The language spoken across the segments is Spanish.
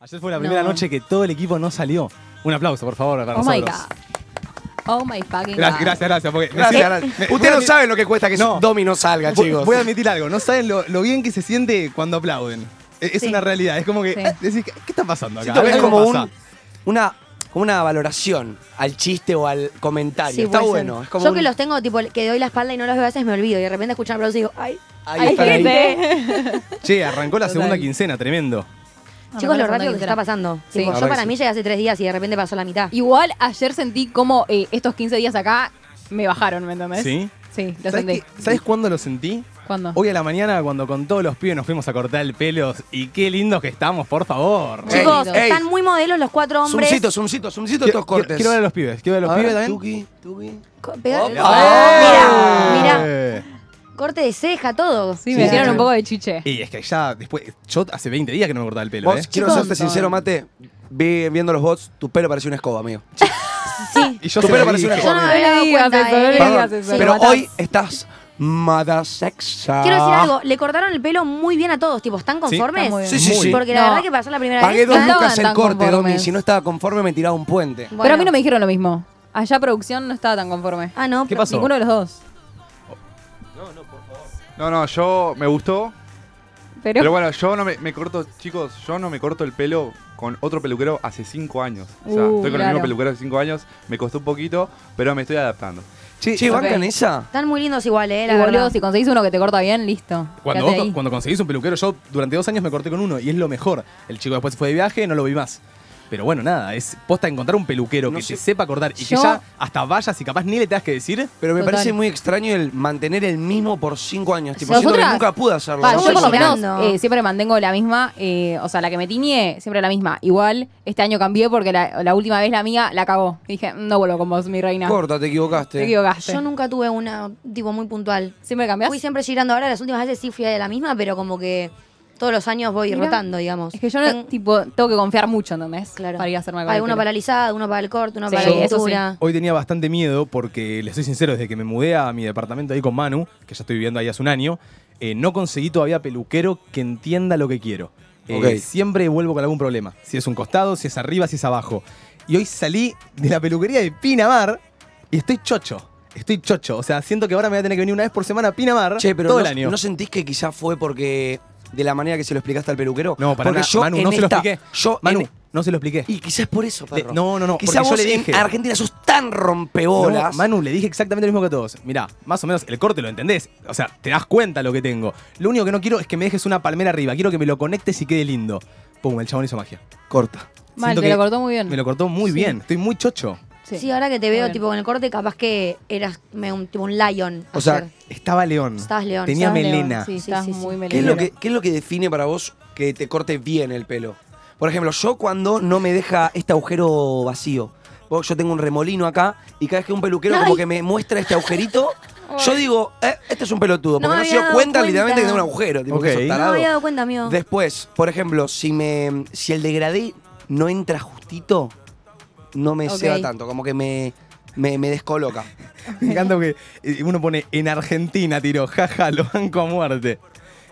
Ayer fue la No. primera noche que todo el equipo no salió. Un aplauso, por favor, para Oh my nosotros. god. Oh my fucking Gracias, god. gracias, gracias. porque- Gracias, Me- gracias. me- Ustedes voy no a- saben lo que cuesta que No. Domi no salga, voy- chicos. Voy a admitir algo. No saben lo, lo bien que se siente cuando aplauden. E- Es Sí. una realidad. Es como que Sí. decís, ¿qué qué está pasando acá? Siento que es Algo como pasa. un, una, como una valoración al chiste o al comentario. Sí, Está puede ser. bueno. Es como Yo un- que los tengo, tipo, que doy la espalda y no los veo a veces me olvido. Y de repente escucho un aplauso y digo, ay, Ah, Ahí hay están ahí. gente. Che, arrancó la Total. segunda quincena, tremendo. Chicos, lo rápido que se está pasando. Sí. Tipo, La yo verdad para que mí llegué hace tres días y de repente pasó la mitad. Igual ayer sentí como eh, estos 15 días acá me bajaron, ¿me entendés? ¿Sí? Sí, lo ¿Sabes, sentí. qué- ¿Sabes cuándo lo sentí? Ah. ¿Cuándo? Hoy a la mañana, cuando con todos los pibes nos fuimos a cortar el pelo. Y qué lindos que estamos, por favor. Ey, Chicos, ey. están muy modelos los cuatro hombres. Zoomcito, zoomcito, zoomcito Quiero, estos cortes. quiero ver a los pibes. Quiero ver a los A pibes ¿eh? ver, también. Tuki, tuki. Co- pegar- Opa. Ah, ¡Eh! Mirá, mirá. Corte de ceja, todo. Sí, me hicieron sí. un poco de chiche. Y es que ya después, yo hace 20 días que no me cortaba el pelo, Vos, ¿eh? quiero Chicos, serte sincero, no. Mate. Vi, viendo los bots, tu pelo parecía una escoba, amigo. Sí. Y yo Tu se pelo lo parece una dije. Yo no me Obvio. había dado Digas cuenta. eso, eh. no digas Sí. eso. Lo Pero matás. hoy estás mada sexa. Quiero decir algo, le cortaron el pelo muy bien a todos, tipo, ¿están conformes? Está muy bien. Sí, sí, sí. Porque la No. verdad que pasó la primera Pagué vez. dos Ah, no estaban lucas el tan corte, Domi. conformes. Si no estaba conforme, me tiraba un puente. Bueno. Pero a mí no me dijeron lo mismo. Allá producción no estaba tan conforme. Ah, no. ¿Qué pero- pasó? Ninguno de los dos. No, no, yo me gustó. Pero, Pero bueno, yo no me, me corto, chicos, yo no me corto el pelo con otro peluquero hace 5 años. O sea, Uh, estoy con el claro. mismo peluquero hace 5 años, me costó un poquito, pero me estoy adaptando. Che, ok. ¿bancan esa? Están muy lindos igual, eh, la y boludo, verdad. si conseguís uno que te corta bien, listo. Cuando, Quédate vos- ahí. cuando conseguís un peluquero, yo durante dos años me corté con uno y es lo mejor. El chico después se fue de viaje, no lo vi más. Pero bueno, nada, es posta encontrar un peluquero No que sé. te sepa cortar y que Yo- ya hasta vayas y capaz ni le tengas que decir. Pero me Total. parece muy extraño el mantener el mismo por cinco años. Tipo, siento que Nosotras- nunca pude hacerlo. Va, No yo sé por lo si- menos Llorando. eh, siempre mantengo la misma, eh, o sea, la que me tiñe, siempre la misma. Igual, este año cambié porque la, la última vez la mía la cagó. Dije, "Mm, no vuelvo con vos, mi reina. Corta, te equivocaste. Te equivocaste. Ah, Yo nunca tuve una, tipo, muy puntual. ¿Siempre cambiás? Fui siempre girando. Ahora las últimas veces sí fui a la misma, pero como que todos los años voy Mirá. rotando, digamos. Es que yo, no, Ten- tipo, tengo que confiar mucho, ¿entendés? Claro. Para ir a hacerme algo. Hay del uno pelo. para alisado, uno para el corte, uno Sí, para la eso sí. pintura. Hoy tenía bastante miedo porque, les soy sincero, desde que me mudé a mi departamento ahí con Manu, que ya estoy viviendo ahí hace un año, eh, no conseguí todavía peluquero que entienda lo que quiero. Eh, Ok. Siempre vuelvo con algún problema. Si es un costado, si es arriba, si es abajo. Y hoy salí de la peluquería de Pinamar y estoy chocho. Estoy chocho. O sea, siento que ahora me voy a tener que venir una vez por semana a Pinamar Che, pero todo no, el año. ¿no sentís que quizás fue porque de la manera que se lo explicaste al peluquero? No, para porque nada. Manu, en no se lo esta- expliqué. Yo, Manu, en- no se lo expliqué. y quizás por eso, Le- perro. no, no, no. Quizás porque vos yo le en dije. Argentina sos tan No, rompebolas. Manu, le dije exactamente lo mismo que a todos. Mirá, más o menos el corte lo entendés. O sea, te das cuenta lo que tengo. Lo único que no quiero es que me dejes una palmera arriba. Quiero que me lo conectes y quede lindo. Pum, el chabón hizo magia. corta. Mal, Siento te que lo cortó muy bien. Me lo cortó muy bien. Estoy muy chocho. Sí. ahora que te veo Bueno. tipo con el corte, capaz que eras me- un, tipo un lion. O sea, ayer. Estaba león. Estabas león. Tenía Estabas león, melena. Sí, Sí, estás sí, sí. muy melena. ¿Qué es, lo que, ¿Qué es lo que define para vos que te corte bien el pelo? Por ejemplo, yo cuando no me deja este agujero vacío. Vos- Yo tengo un remolino acá y cada vez que un peluquero como que me muestra este agujerito, yo digo, eh, este es un pelotudo, No porque no, me se había dio dado cuenta, cuenta. literalmente que tengo un agujero, tipo que Ok. sos no me tarado. había dado cuenta, amigo. Después, por ejemplo, si me si el degradé no entra justito, no me Ok. ceba tanto, como que me, me, me descoloca. Me encanta porque eh, uno pone en Argentina, tiro, jaja, lo banco a muerte.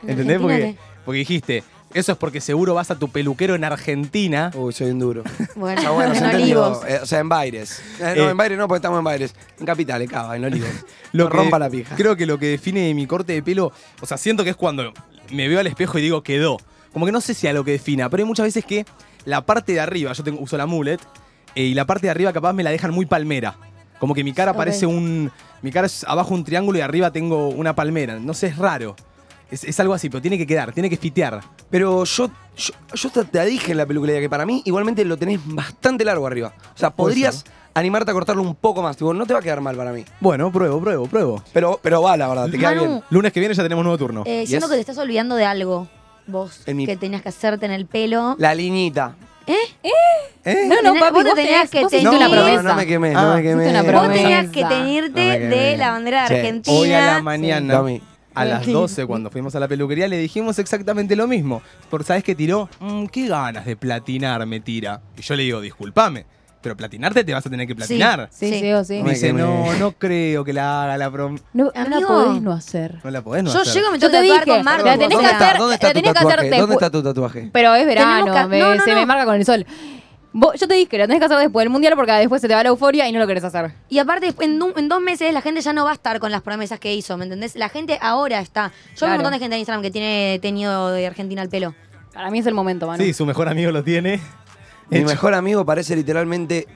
¿En ¿Entendés? Porque, Argentina porque dijiste, eso es porque seguro vas a tu peluquero en Argentina. Uy, soy un duro. Bueno, Está Ah, bueno, en se olivos. entendió. Eh, o sea, en Baires. Eh, no, Eh. en Baires no, porque estamos en Baires. En Capital, en Cava, en Olivos. Lo No que- rompa la pija. Creo que lo que define mi corte de pelo, o sea, siento que es cuando me veo al espejo y digo quedó. Como que no sé si a lo que defina, pero hay muchas veces que la parte de arriba, yo tengo, uso la mullet, eh, y la parte de arriba capaz me la dejan muy palmera. Como que mi cara Ok. parece un. Mi cara es abajo un triángulo y arriba tengo una palmera. No sé, es raro. Es, es algo así, pero tiene que quedar, tiene que fitear. Pero yo, yo, yo te, te dije en la peluquería que para mí igualmente lo tenés bastante largo arriba. O sea, Puede podrías ser, animarte a cortarlo un poco más. Tipo, no te va a quedar mal para mí. Bueno, pruebo, pruebo, pruebo. Pero, pero va, la verdad, te queda Manu, bien. Lunes que viene ya tenemos nuevo turno. Eh, Yes. siento que te estás olvidando de algo, vos, En mi- que tenías que hacerte en el pelo. La liñita. ¿Eh? No, no, Tenés- papi, vos vos, te tenías que que vos hiciste teñir. una no, promesa. no me quemé, Ah, no me quemé. hiciste una Vos promesa. tenías que No me teñirte quedé de bien. la bandera Che, argentina. Hoy a la mañana, Domi. a las Tranquilo. 12, cuando fuimos a la peluquería, le dijimos exactamente lo mismo. Por sabes que tiró, "Mm, qué ganas de platinar me tira. Y yo le digo, discúlpame. pero platinarte te vas a tener que platinar. Sí, Sí. sí, o sí. Me Dice, Ay, que me- no, no creo que la haga la prom. No, no la Amigo. podés no hacer. No la podés no Yo hacer. llego y me Yo tengo te que dije, tatuar con Marco. la tenés o que sea, hacer- ¿Dónde la está tu tenés que hacer tatuaje? ¿Dónde después. está tu tatuaje? Pero es verano, Tenemos que- me- no, no, se no. me marca con el sol. Vos- yo te dije que lo tenés que hacer después del mundial porque después se te va la euforia y no lo querés hacer. Y aparte, en, du- en dos meses la gente ya no va a estar con las promesas que hizo, ¿me entendés? La gente ahora está. Claro. Yo veo un montón de gente en Instagram que tiene tenido de Argentina al pelo. Para mí es el momento, mano. Sí, su mejor amigo lo tiene. Mi Hecho. mejor amigo parece literalmente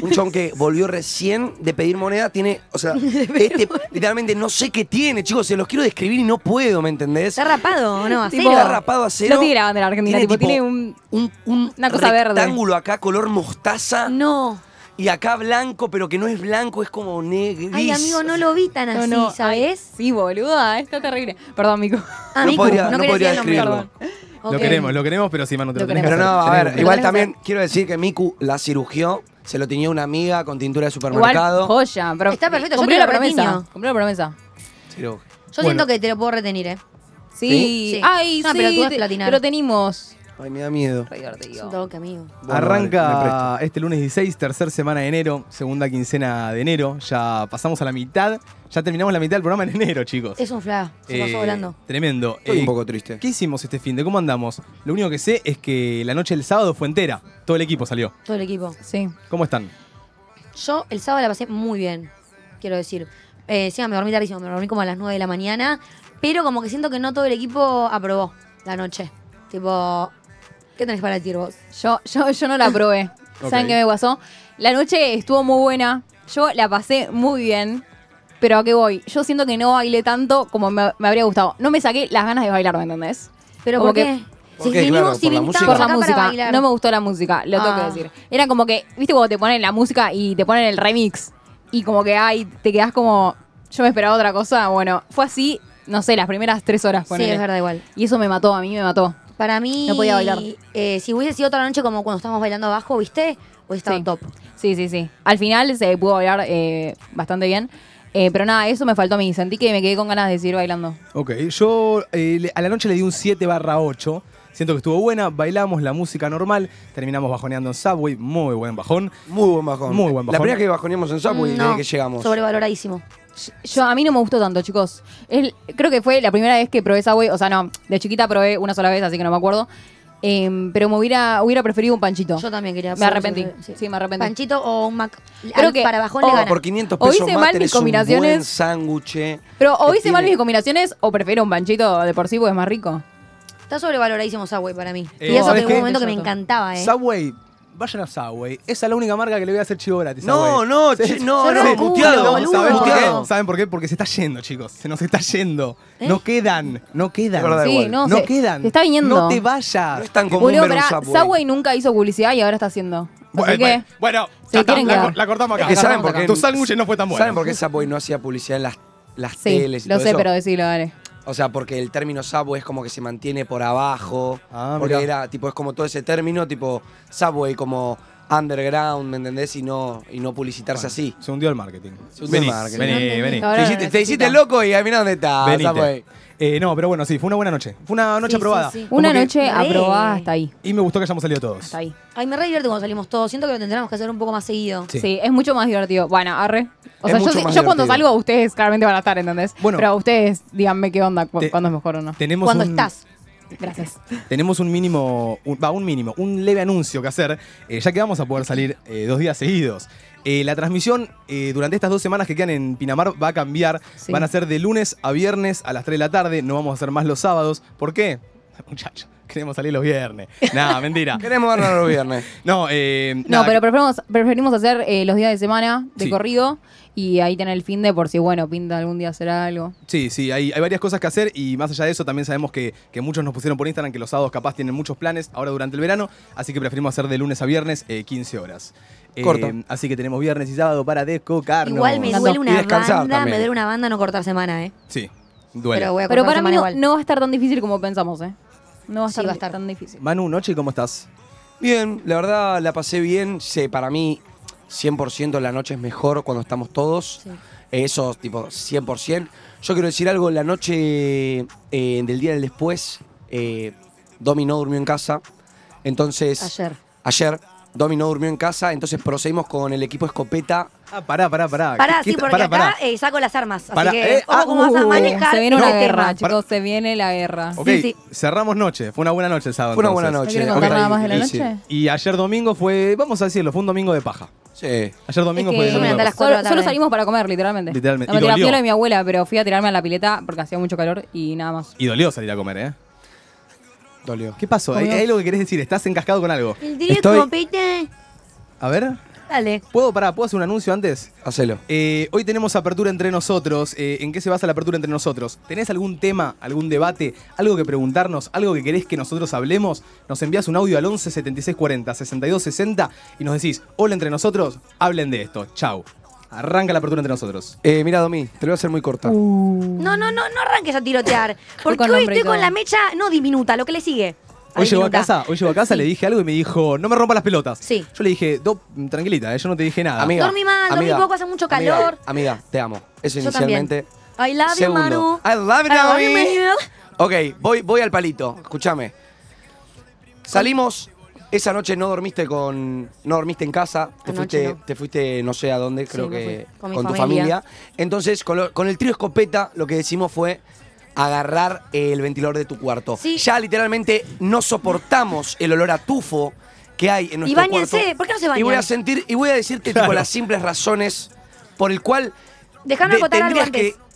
un chon que volvió recién de pedir moneda. Tiene, o sea, este, literalmente no sé qué tiene, chicos. Se los quiero describir y no puedo, ¿me entendés? ¿Está rapado o no? ¿A Tipo, cero? Está rapado a cero. No tiene la bandera argentina, tipo, tiene un- una cosa verde. rectángulo acá, color mostaza. No. Y acá blanco, pero que no es blanco, es como negro. Ay, amigo, no lo vi tan No, así, no, ¿sabes? Sí, boluda, está terrible. Perdón, Mico. Ah, No Miku, podría- no quería podría decir el nombre. describirlo. Ok. Lo queremos, lo queremos, pero sí, mano, te lo, Lo tenés que Pero hacer, no, a tenés que ver, hacer. igual tenés que también quiero decir que Miku la cirugió, se lo tenía una amiga con tintura de Igual, supermercado. joya. Pero Está perfecto, yo cumplió te lo la promesa. retiño. Cumplió la promesa. Cirugia. Yo Bueno. siento que te lo puedo retenir, ¿eh? Sí. Sí. Ay, No, sí. pero tú vas te- platinar. pero tenimos. Ay, me da miedo. Re Es un divertido. toque, amigo. Bueno, dale, me presto. Arranca este lunes 16, tercer semana de enero, segunda quincena de enero. Ya pasamos a la mitad, ya terminamos la mitad del programa en enero, chicos. Es un fla, se pasó Eh, volando. Tremendo. Estoy Eh, un poco triste. ¿Qué hicimos este fin de? ¿Cómo andamos? Lo único que sé es que la noche del sábado fue entera. Todo el equipo salió. Todo el equipo. Sí. ¿Cómo están? Yo el sábado la pasé muy bien, quiero decir. Eh, encima me dormí tardísimo, me dormí como a las 9 de la mañana, pero como que siento que no todo el equipo aprobó la noche. Tipo, ¿qué tenés para decir vos? Yo, yo, yo no la probé. ¿Saben Ok. qué me pasó? La noche estuvo muy buena. Yo la pasé muy bien. Pero ¿a qué voy? Yo siento que no bailé tanto como me, me habría gustado. No me saqué las ganas de bailar, ¿me entendés? Pero Como ¿por que- qué? ¿Por Si qué? vinimos Claro, y por la vinimos música. Por acá la para música. bailar. No me gustó la música, lo tengo que Ah. decir. Era como que, viste, cuando te ponen la música y te ponen el remix y como que, ay, te quedás como, yo me esperaba otra cosa. Bueno, fue así, no sé, las primeras tres horas. Sí, ponele. es verdad, igual. Y eso me mató, a mí me mató. Para mí, No podía bailar. eh, si hubiese sido otra noche como cuando estábamos bailando abajo, ¿viste? Hubiese estado Sí. top. Sí, sí, sí. Al final se pudo bailar eh, bastante bien. Eh, pero nada, eso me faltó a mí. Sentí que me quedé con ganas de seguir bailando. Ok, yo eh, le- a la noche le di un 7 barra 8. Siento que estuvo buena, bailamos la música normal, terminamos bajoneando en Subway, muy buen bajón. Muy buen bajón. Muy buen La bajón. primera que bajoneamos en Mm, Subway No, desde que llegamos. Ah, Sobrevaloradísimo. Yo, a mí no me gustó tanto, chicos. El- creo que fue la primera vez que probé Subway. O sea, no, de chiquita probé una sola vez, así que no me acuerdo. Em, pero me hubiera, hubiera preferido un panchito. Yo también quería. eh, Me arrepentí. Sí, me arrepentí. Panchito o un Mac. Creo Al- que- para bajón o- le Ah, gana. por 500 O pesos hice más mal mis tenés combinaciones. un buen sándwich. eh, pero o que hice mal tiene- mis combinaciones o prefiero un panchito de por sí porque es más rico. Está sobrevaloradísimo Subway para mí. Eh, y eso ¿sabes que hubo qué? un momento que me Yo to- encantaba, ¿eh? Subway, vayan a Subway. Esa es la única marca que le voy a hacer chivo gratis. No, Subway. no, Sí, che, no, se no, rompe el muteado, culo, ¿Saben boludo. por qué? muteado. ¿Saben por qué? Porque se está yendo, chicos. Se nos está yendo. ¿Eh? No quedan, no quedan. Es verdad, Sí, igual. no, No se- quedan. se está viniendo. No te vayas. No es tan común Boludo, ver un pará, Subway. Subway nunca hizo publicidad y ahora está haciendo. Bueno, Así que, bueno, Se ya está, quieren la, quedar. co- la cortamos Es acá. que saben por qué- Tu sándwich no fue tan bueno. ¿Saben por qué Subway no hacía publicidad en las, las teles sí, y lo todo sé, eso? pero decilo, dale. O sea, porque el término Subway es como que se mantiene por abajo. Ah, porque mirá. era, tipo, es como todo ese término, tipo, Subway como underground, ¿me entendés? Y no, y no publicitarse así. Se hundió el marketing. Ah, Se hundió el Vení, marketing. vení, No vení. entendí. Ahora te, lo hiciste, te necesita. hiciste loco y ahí mirá dónde está Venite. Subway. Eh, no, pero bueno, sí, fue una buena noche. Fue una noche Sí, sí, aprobada. sí. Como Una que- noche Re. aprobada hasta ahí. Y me gustó que hayamos salido todos. Hasta ahí. Ay, me re divierto cuando salimos todos. Siento que lo tendríamos que hacer un poco más seguido. Sí. Sí. es mucho más divertido. Bueno, arre. O Es sea, yo, mucho sí- más yo cuando divertido. salgo, ustedes claramente van a estar, ¿entendés? Bueno. Pero ustedes díganme qué onda, cu- Te- cuándo es mejor o no. Tenemos Cuando un- estás. Gracias. Tenemos un mínimo, un, va, un mínimo, un leve anuncio que hacer, eh, ya que vamos a poder salir eh, dos días seguidos. Eh, la transmisión eh, durante estas dos semanas que quedan en Pinamar va a cambiar. Sí. Van a ser de lunes a viernes a las 3 de la tarde. No vamos a hacer más los sábados. ¿Por qué? Muchachos, queremos salir los viernes. Nada, mentira. Queremos vernos los viernes. No, eh, No, nada, pero preferimos, preferimos hacer eh, los días de semana de Sí. corrido y ahí tener el fin de por si, bueno, pinta algún día hacer algo. Sí, sí, hay, hay varias cosas que hacer y más allá de eso también sabemos que, que muchos nos pusieron por Instagram que los sábados capaz tienen muchos planes ahora durante el verano, así que preferimos hacer de lunes a viernes eh, 15 horas. Eh, Corto. así que tenemos viernes y sábado para descocarnos. Igual me No, duele no. Y una descansar banda, también. me duele una banda no cortar semana, ¿eh? Sí, duele. Pero voy a cortar Pero para mí semana no, igual. no va a estar tan difícil como pensamos, ¿eh? No va a Sí, estar, va a estar. tan difícil. Manu, noche, ¿cómo estás? Bien, la verdad la pasé bien. Sé, para mí, 100% la noche es mejor cuando estamos todos. Sí. Eso, tipo, 100%. Yo quiero decir algo, la noche eh, del día del después, eh, Domi no durmió en casa. Entonces, Ayer. ayer Domi no durmió en casa, entonces procedimos con el equipo escopeta. Ah, pará, pará, pará. Pará, ¿Qué- sí, qué- porque pará, acá pará. eh, saco las armas. Pará, así que, eh, ojo cómo vas a Uh, manejar. se viene este una tema. guerra, Para- chicos, se viene la guerra. Ok, sí, sí. cerramos noche. Fue una buena noche el sábado. Fue una buena entonces. ¿No quieren noche. contar Ok. nada más de la Y noche? sí. Y ayer domingo fue, vamos a decirlo, fue un domingo de paja. Sí. Ayer domingo Es fue. que un domingo Yo me levanté a de las paja. cuatro de la solo, solo tarde. salimos para comer, literalmente. Literalmente. No, Y me la dolió. piola de mi abuela, pero fui a tirarme a la pileta porque hacía mucho calor y nada más. Y dolió salir a comer, ¿eh? Dolió. ¿Qué pasó? ¿Hay, hay algo que querés decir? ¿Estás encascado con algo? El directo, Estoy- compite. A ver, Dale. ¿puedo, pará, ¿puedo hacer un anuncio antes? Hacelo. Eh, hoy tenemos apertura entre nosotros. Eh, ¿En qué se basa la apertura entre nosotros? ¿Tenés algún tema, algún debate, algo que preguntarnos, algo que querés que nosotros hablemos? Nos envías un audio al 11 76 40 62 60 y nos decís, hola entre nosotros, hablen de esto. Chau. Arranca la apertura entre nosotros. Eh, mira, Domi, te lo voy a hacer muy corta. Uh. No, no, no, no arranques a tirotear. Porque con hoy nombre y estoy con todo. la mecha, no diminuta, lo que le sigue. Hoy llegó a Diminuta. casa, hoy llegó a casa, le dije algo y me dijo, no me rompa las pelotas. Sí. Yo le dije, "Do- tranquilita, eh, yo no te dije nada. Amiga. Dormí mal, dormí amiga, poco, hace mucho amiga, calor. Amiga, te amo. Eso Yo inicialmente. también. I love you, Segundo. Maru. Ah, I love you, I love you, Domi. Maru. Ok, voy, voy al palito. Escúchame. Salimos. Esa noche no dormiste con. No dormiste en casa. Te Anoche fuiste, no. te fuiste no sé a dónde, creo me que. fui, con mi tu familia. familia. Entonces, con, lo- con el trío escopeta, lo que decimos fue agarrar el ventilador de tu cuarto. Sí. Ya literalmente no soportamos el olor a tufo que hay en nuestro báñense, cuarto. ¿por qué no se Y voy a bañan? sentir. Y voy a decirte tipo, las simples razones por el cual. Dejame de- acotar algo tendrías antes. que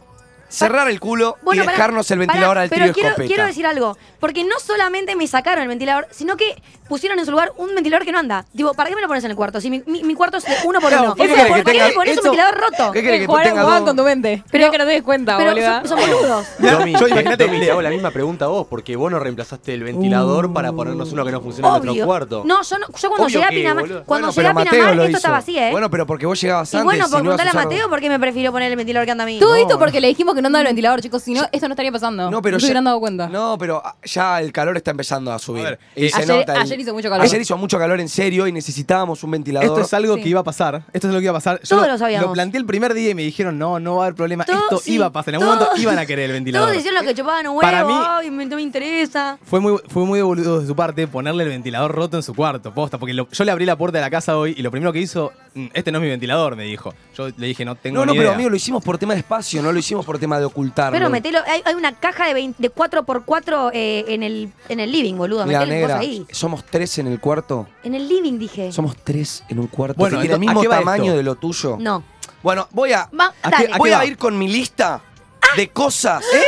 cerrar el culo y pará, dejarnos el pará, ventilador al pero trío quiero, escopeta. quiero decir algo, porque no solamente me sacaron el ventilador, sino que pusieron en su lugar un ventilador que no anda. Digo, ¿para qué me lo pones en el cuarto? Si mi, mi- mi cuarto es de uno por Claro, uno. ¿por qué Eso, querés que ¿Por qué tenga me pones un esto? ventalador roto? ¿Qué querés que Jugar- tenga jugar dos? con tu mente. Pero que no te des cuenta, Pero boluda. son, son boludos. Domi, Yo te- imagínate- Domi, te hago la misma pregunta a vos, porque vos no reemplazaste el ventilador para ponernos uno que no funciona en Obvio. nuestro cuarto. No, yo, no- yo cuando Obvio llegué a que, Pinamar, boludo. cuando Bueno, llegué a pero Pinamar, Mateo lo esto hizo. estaba así, ¿eh? Bueno, pero porque vos llegabas y antes. bueno, si por no ibas a preguntarle a usar- Mateo por qué me prefiero poner el ventilador que anda a mí. Todo esto porque le dijimos que no andaba el ventilador, chicos. Si no, esto no estaría pasando. No, pero se ya- hubieran dado cuenta. No, pero ah, ya el calor está empezando a subir. A ver, Y eh, se ayer- nota el- ayer hizo mucho calor. Ayer hizo mucho calor en serio y necesitábamos un ventilador. Esto es algo Sí. que iba a pasar. Esto es lo que iba a pasar. Todos lo, lo sabíamos. planteé el primer día y me dijeron, no, no va a haber problema. Todo- Esto sí, iba a pasar. En algún todo- momento iban a querer el ventilador. Todos hicieron lo que chupaban un huevo, Para mí- ay, me- no me interesa. Fue muy, fue muy boludo de su parte ponerle el ventilador roto en su cuarto, posta, porque lo- yo le abrí la puerta de la casa hoy y lo primero que hizo, "Mm, este no es mi ventilador, me dijo. Yo le dije, no tengo No, no, ni pero idea". amigo, lo hicimos por tema de espacio, no lo hicimos por tema de ocultarlo. Pero metelo, hay, hay una caja de, 20 de 4x4 eh, en, el, en el living, boludo. Mira, Metelo vos negra, ahí. somos tres en el cuarto. En el living dije. Somos tres en un cuarto. Bueno, Bueno, tiene el entonces, ¿a mismo qué va tamaño esto? de lo tuyo. No. Bueno, voy a. Va- ¿A qué- dale. Ah. a Voy qué a va? ir con mi lista de cosas. ¿eh?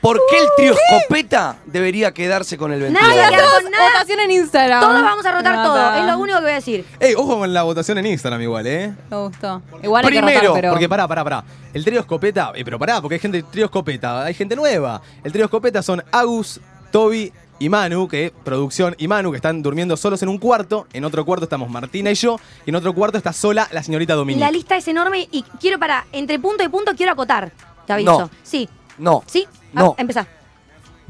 ¿Por qué Uh, el trío escopeta debería quedarse con el Nada, ventilador? nada. Todos votación en Instagram. Todos vamos a rotar Me todo. mata. Es lo único que voy a decir. Ey, ojo con la votación en Instagram igual, ¿eh? Me gustó. Igual hay que Primero, rotar, Ah, pero. Porque pará, pará, pará. El trío escopeta, eh, pero pará, porque hay gente trío escopeta, hay gente nueva. El trío escopeta son Agus, Toby y Manu, que producción y Manu, que están durmiendo solos en un cuarto. En otro cuarto estamos Martina y yo. Y en otro cuarto está sola la señorita Dominique. La lista es enorme y quiero para, entre punto y punto, quiero acotar. Te aviso. No. Sí. No. Sí. Ah, No. empezá.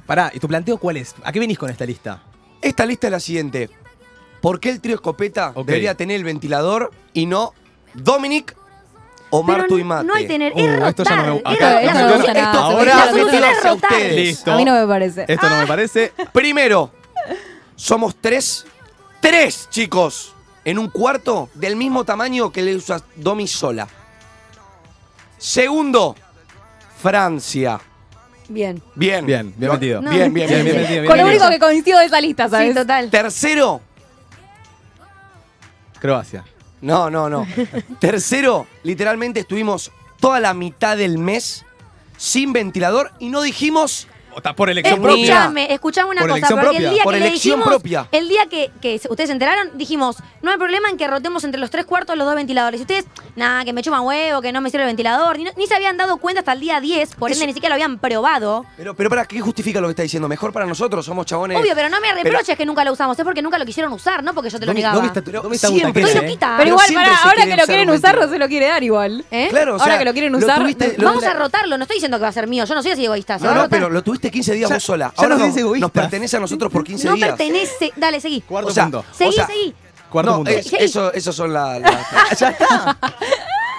Pará, ¿y tu planteo cuál es? ¿A qué venís con esta lista? Esta lista es la siguiente. ¿Por qué el trío escopeta Ok. debería tener el ventilador y no Dominic o Pero Martu y no- Mate? No hay tener. Uh, es rotar. esto ya no me- es acá- rotar. esto no La me solución- gusta nada. Ahora la solución metidos es hacia rotar. ustedes. Listo. A mí no me parece. Este Esto no me parece. Primero, somos tres, tres chicos en un cuarto del mismo tamaño que le usa Domi sola. Segundo, Francia. Bien. Bien. Bien, bien Lo- metido. No. Bien, bien, Bien, bien. bien, bien, bien, Con lo bien. único que coincido de esa lista, ¿sabes? Sí, total. Tercero, Croacia. No, no, no. Tercero, literalmente estuvimos toda la mitad del mes sin ventilador y no dijimos. O está por elección propia. Escuchame, escuchame una Por cosa, elección porque propia. el día Por que le elección dijimos, propia. el día que, que se- ustedes se enteraron, dijimos, no hay problema en que rotemos entre los tres cuartos los dos ventiladores. Y ustedes, nada, que me chuman huevo, que no me sirve el ventilador, ni, ni se habían dado cuenta hasta el día 10, por ende ni siquiera lo habían probado. Pero, pero para qué justifica lo que está diciendo. Mejor para nosotros, somos chabones. Obvio, pero no me pero- reproches que nunca lo usamos, es porque nunca lo quisieron usar, no porque yo te lo ¿Dónde- negaba. dónde está tu- Pero dónde está tu siempre- taquilla, Estoy eh? loquita. Pero igual, siempre pará, se ahora quieren que lo usar quieren un usar, no ventilador. se lo quiere dar igual. ¿Eh? Claro, o Ahora sea, que lo quieren lo usar. tuviste- lo- Vamos a rotarlo, no estoy diciendo que va a ser mío, yo no soy así egoísta. se No, va a no, rotar. pero lo tuviste 15 días Ya- vos sola. ya Ahora nos no- dice egoístas. nos pertenece a nosotros por 15 no días. pertenece, eh, dale, seguí. Cuarto O sea, punto. Seguí, o sea, seguí. Cuarto no, punto. es- eso, eso son las. las- ya está.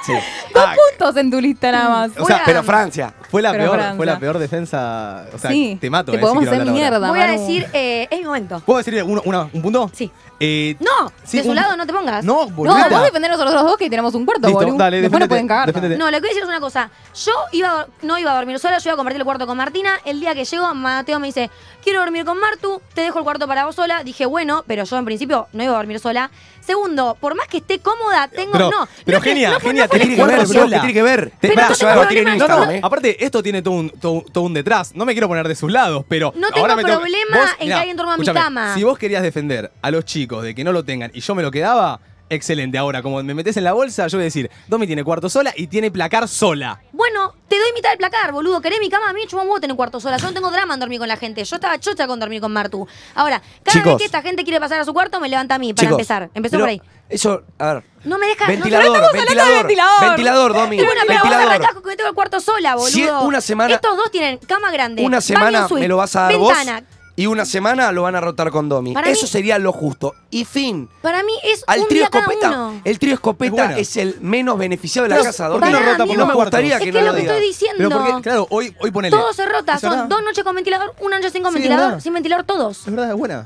sí. ah. Dos puntos en tu lista nada más. O sea, Fuera. Pero Francia, Fue la Pero peor, Franza. fue la peor defensa. O sea, Sí, te mato. te eh, si podemos quiero hacer hablar ahora. mierda. Voy a Manu. decir, eh, es mi momento. ¿Puedo decir uno- una- un punto? Sí. Eh, No, Sí, de su un- lado no te pongas. No, No, boluda. vos defender a los otros dos que tenemos un cuarto, Listo, boludo. dale, Después defendete, no pueden cagar. defendete. No, lo que voy a decir es una cosa. Yo iba a- no iba a dormir sola, yo iba a compartir el cuarto con Martina. El día que llegó, Mateo me dice, quiero dormir con Martu, te dejo el cuarto para vos sola. Dije, bueno, pero yo en principio no iba a dormir sola. Segundo, por más que esté cómoda, tengo... Pero- no, pero no, que- genia, no fue- genia, no fue- tenés Tiene que Cuatro ver, bro, sola. que tiene que ver. Te- Pará, no se va a tengo debatir en No, problema, no, Instagram, eh. aparte, esto tiene todo un, todo, todo un detrás. No me quiero poner de sus lados, pero. No ahora tengo me tengo que- problema en que alguien duerma en mi escúchame, cama. Si vos querías defender a los chicos de que no lo tengan y yo me lo quedaba, excelente. Ahora, como me metes en la bolsa, yo voy a decir: Domi tiene cuarto sola y tiene placar sola. Bueno, te doy mitad del placar, boludo. Querés mi cama, a mí me chupa un huevo tener cuarto sola. Yo no tengo drama en dormir con la gente. Yo estaba chocha con dormir con Martu. Ahora, cada Chicos. vez que esta gente quiere pasar a su cuarto, me levanta a mí, para Chicos, empezar. Empezó pero por ahí. Eso, a ver. No me deja... Ventilador, no, hablando de ventilador, ventilador. ventilador, Domi, Y bueno, pero vos ventilador. arrancás con que tengo el cuarto sola, boludo. Si una semana- Estos dos tienen cama grande. Una semana baño suite, me lo vas a dar ventana. vos y una semana lo van a rotar con Domi. Para Eso mí- sería lo justo. Y fin. Para mí es Al un trío día cada escopeta, uno. el trío Es escopeta buena. es, el menos beneficiado de la Pero, casa, ¿por Domi. qué no Pará, rota por amigo. no los me cuartos? gustaría Es que que no es lo lo que diga. estoy diciendo. Pero porque, claro, hoy, hoy ponele. Todo se rota. Es Son verdad. dos noches con ventilador, una noche sin con Sí, es ventilador, verdad. sin ventilador todos. Es verdad, es buena.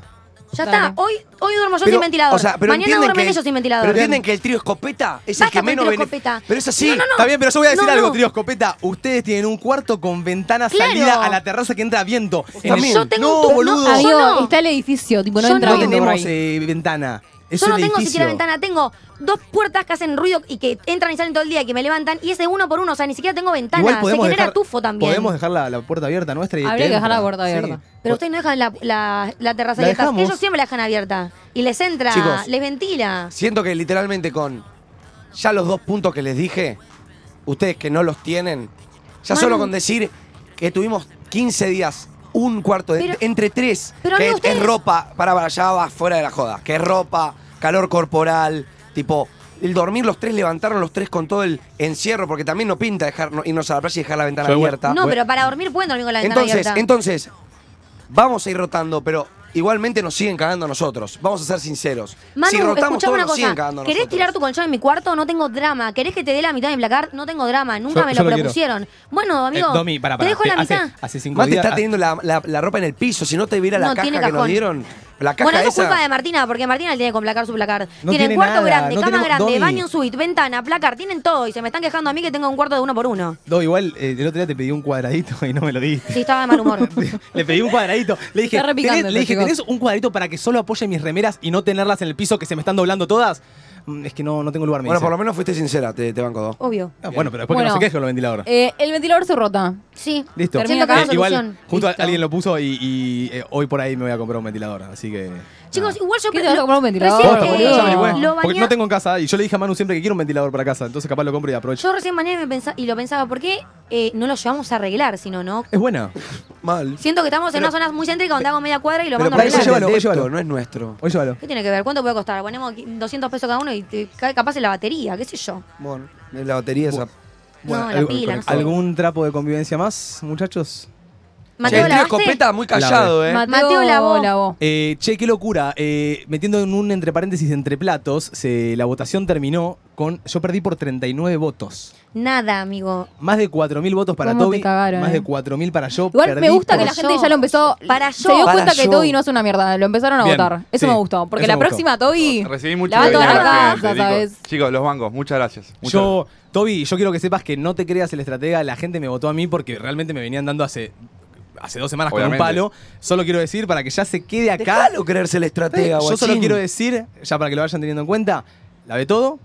Ya Dale. está. Hoy, hoy duermo yo Pero, sin ventilador. o sea, pero Mañana entienden duermen que- ellos sin ventilador. Pero entienden que el trío escopeta es el Basta que con menos trío bene- escopeta. Pero es así. Está bien, pero yo voy a decir No, algo, no. trío escopeta. Ustedes tienen un cuarto con ventana Claro. salida a la terraza que entra viento. En el- también. Yo tengo no, un tu- no, boludo. a mí- Amigo, Yo no. está el edificio, tipo, no Yo entra no no. viento por tenemos ahí. eh, ventana. Es yo un no tengo edificio. siquiera ventana, tengo dos puertas que hacen ruido y que entran y salen todo el día y que me levantan y ese uno por uno, o sea, ni siquiera tengo ventana, Igual se podemos genera dejar, tufo también. Podemos dejar la, la puerta abierta nuestra y Habría que dejar entra. la puerta Sí. abierta. Pero ustedes no dejan la, la- la terraza La abierta. dejamos. Ellos siempre la dejan abierta. Y les entra, Chicos. les ventila. Siento que literalmente con ya los dos puntos que les dije, ustedes que no los tienen, ya Manu. solo con decir que tuvimos 15 días, un cuarto, de, Pero- entre tres, pero que amigo, es, es ustedes- ropa, para, para, ya va fuera de la joda, que es ropa, calor corporal, tipo, el dormir los tres, levantarnos los tres con todo el encierro, porque también no pinta dejarnos, irnos a la playa y dejar la ventana Yo igual- abierta. no, pero para dormir pueden dormir con la ventana Entonces, abierta. entonces, vamos a ir rotando, pero igualmente nos siguen cagando a nosotros. Vamos a ser sinceros. si Manu, rotamos escuchame todos, una nos siguen cagando cosa. a ¿Querés nosotros. tirar tu colchón en mi cuarto? No tengo drama. ¿Querés que te dé la mitad de mi placar? No tengo drama. Nunca Yo- me yo lo, lo quiero. propusieron. Bueno, Eh, amigo, Domi, para, para. te dejo la hace, mitad. Hace cinco Mate días. está teniendo la, la- la ropa en el piso. Si no te viera la No, caja tiene que nos cajón. dieron, la caja Bueno, eso esa. es culpa de Martina, porque Martina le tiene que complacar su placar. No tienen tiene cuarto nada, grande, no cama tenemos- grande, Domi. baño suite, ventana, placar, tienen todo. Y se me están quejando a mí que tengo un cuarto de uno por uno. No, igual eh, el otro día te pedí un cuadradito y no me lo diste. Sí, estaba de mal humor. Le pedí un cuadradito. Le dije, Está repicando "Tenés- le esto, dije, chicos. ¿tenés un cuadradito para que solo apoye mis remeras y no tenerlas en el piso que se me están doblando todas? Mm, Es que no, no tengo lugar, me Bueno, dice. por lo menos fuiste sincera, te, te banco dos. Obvio. Ah, bueno, pero después que Bueno. no se queje con los ventiladores. Eh, el ventilador se rota. Sí. Listo. termina Siento que acá. hago Eh, igual, solución. justo Listo. alguien lo puso y, y, eh, hoy por ahí me voy a comprar un ventilador. Así que. Chicos, nada. igual yo ¿Qué te vas a comprar un ventilador? recién, Posta, eh, porque yo ya averigüé. lo bañé- Porque no tengo en casa y yo le dije a Manu siempre que quiero un ventilador para casa, entonces capaz lo compro y aprovecho. Yo recién mañana y, me pensa- y lo pensaba, ¿por qué eh, no lo llevamos a arreglar? Si no, no. Es buena. Mal. Siento que estamos en una zona muy céntrica donde hago media cuadra y lo Pero mando a para eso arreglar. arreglar. llévalo, Vos esto, llévalo. no es nuestro. Hoy llévalo. ¿Qué tiene que ver? ¿Cuánto puede costar? Ponemos aquí 200 pesos cada uno y te cae capaz en la batería, qué sé yo. Bueno, la batería esa. no, la algún- pila. no sé. ¿Algún trapo de convivencia más, muchachos? Che, Mateo, el ¿la trío lavaste? escopeta muy callado, eh. Mateo lavó. Eh, che, qué locura. Eh, metiendo en un entre paréntesis entre platos, se- la votación terminó con. Yo perdí por 39 votos. Nada, amigo. Más de 4.000 votos para ¿Cómo te Toby. cagaron, más eh? de 4.000 para yo. Igual me perdí gusta por- que la yo. gente ya lo empezó. Para se yo. dio Para cuenta que yo. Toby no es una mierda. Lo empezaron a Bien, votar. Eso sí, me gustó. Porque eso la me próxima, Toby. Recibí mucho la va a cariño toda la de la casa, gente, chicos. ¿sabes? Chicos, los bancos, muchas gracias. muchas Yo, Toby, yo quiero que sepas que no te creas el estratega. La gente me votó a mí porque realmente me venían dando hace, hace dos semanas Obviamente. con un palo. Solo quiero decir, para que ya se quede acá. Dejalo creerse el Eh, estratega, yo solo guachín. quiero decir, ya para que lo vayan teniendo en cuenta, lavé todo,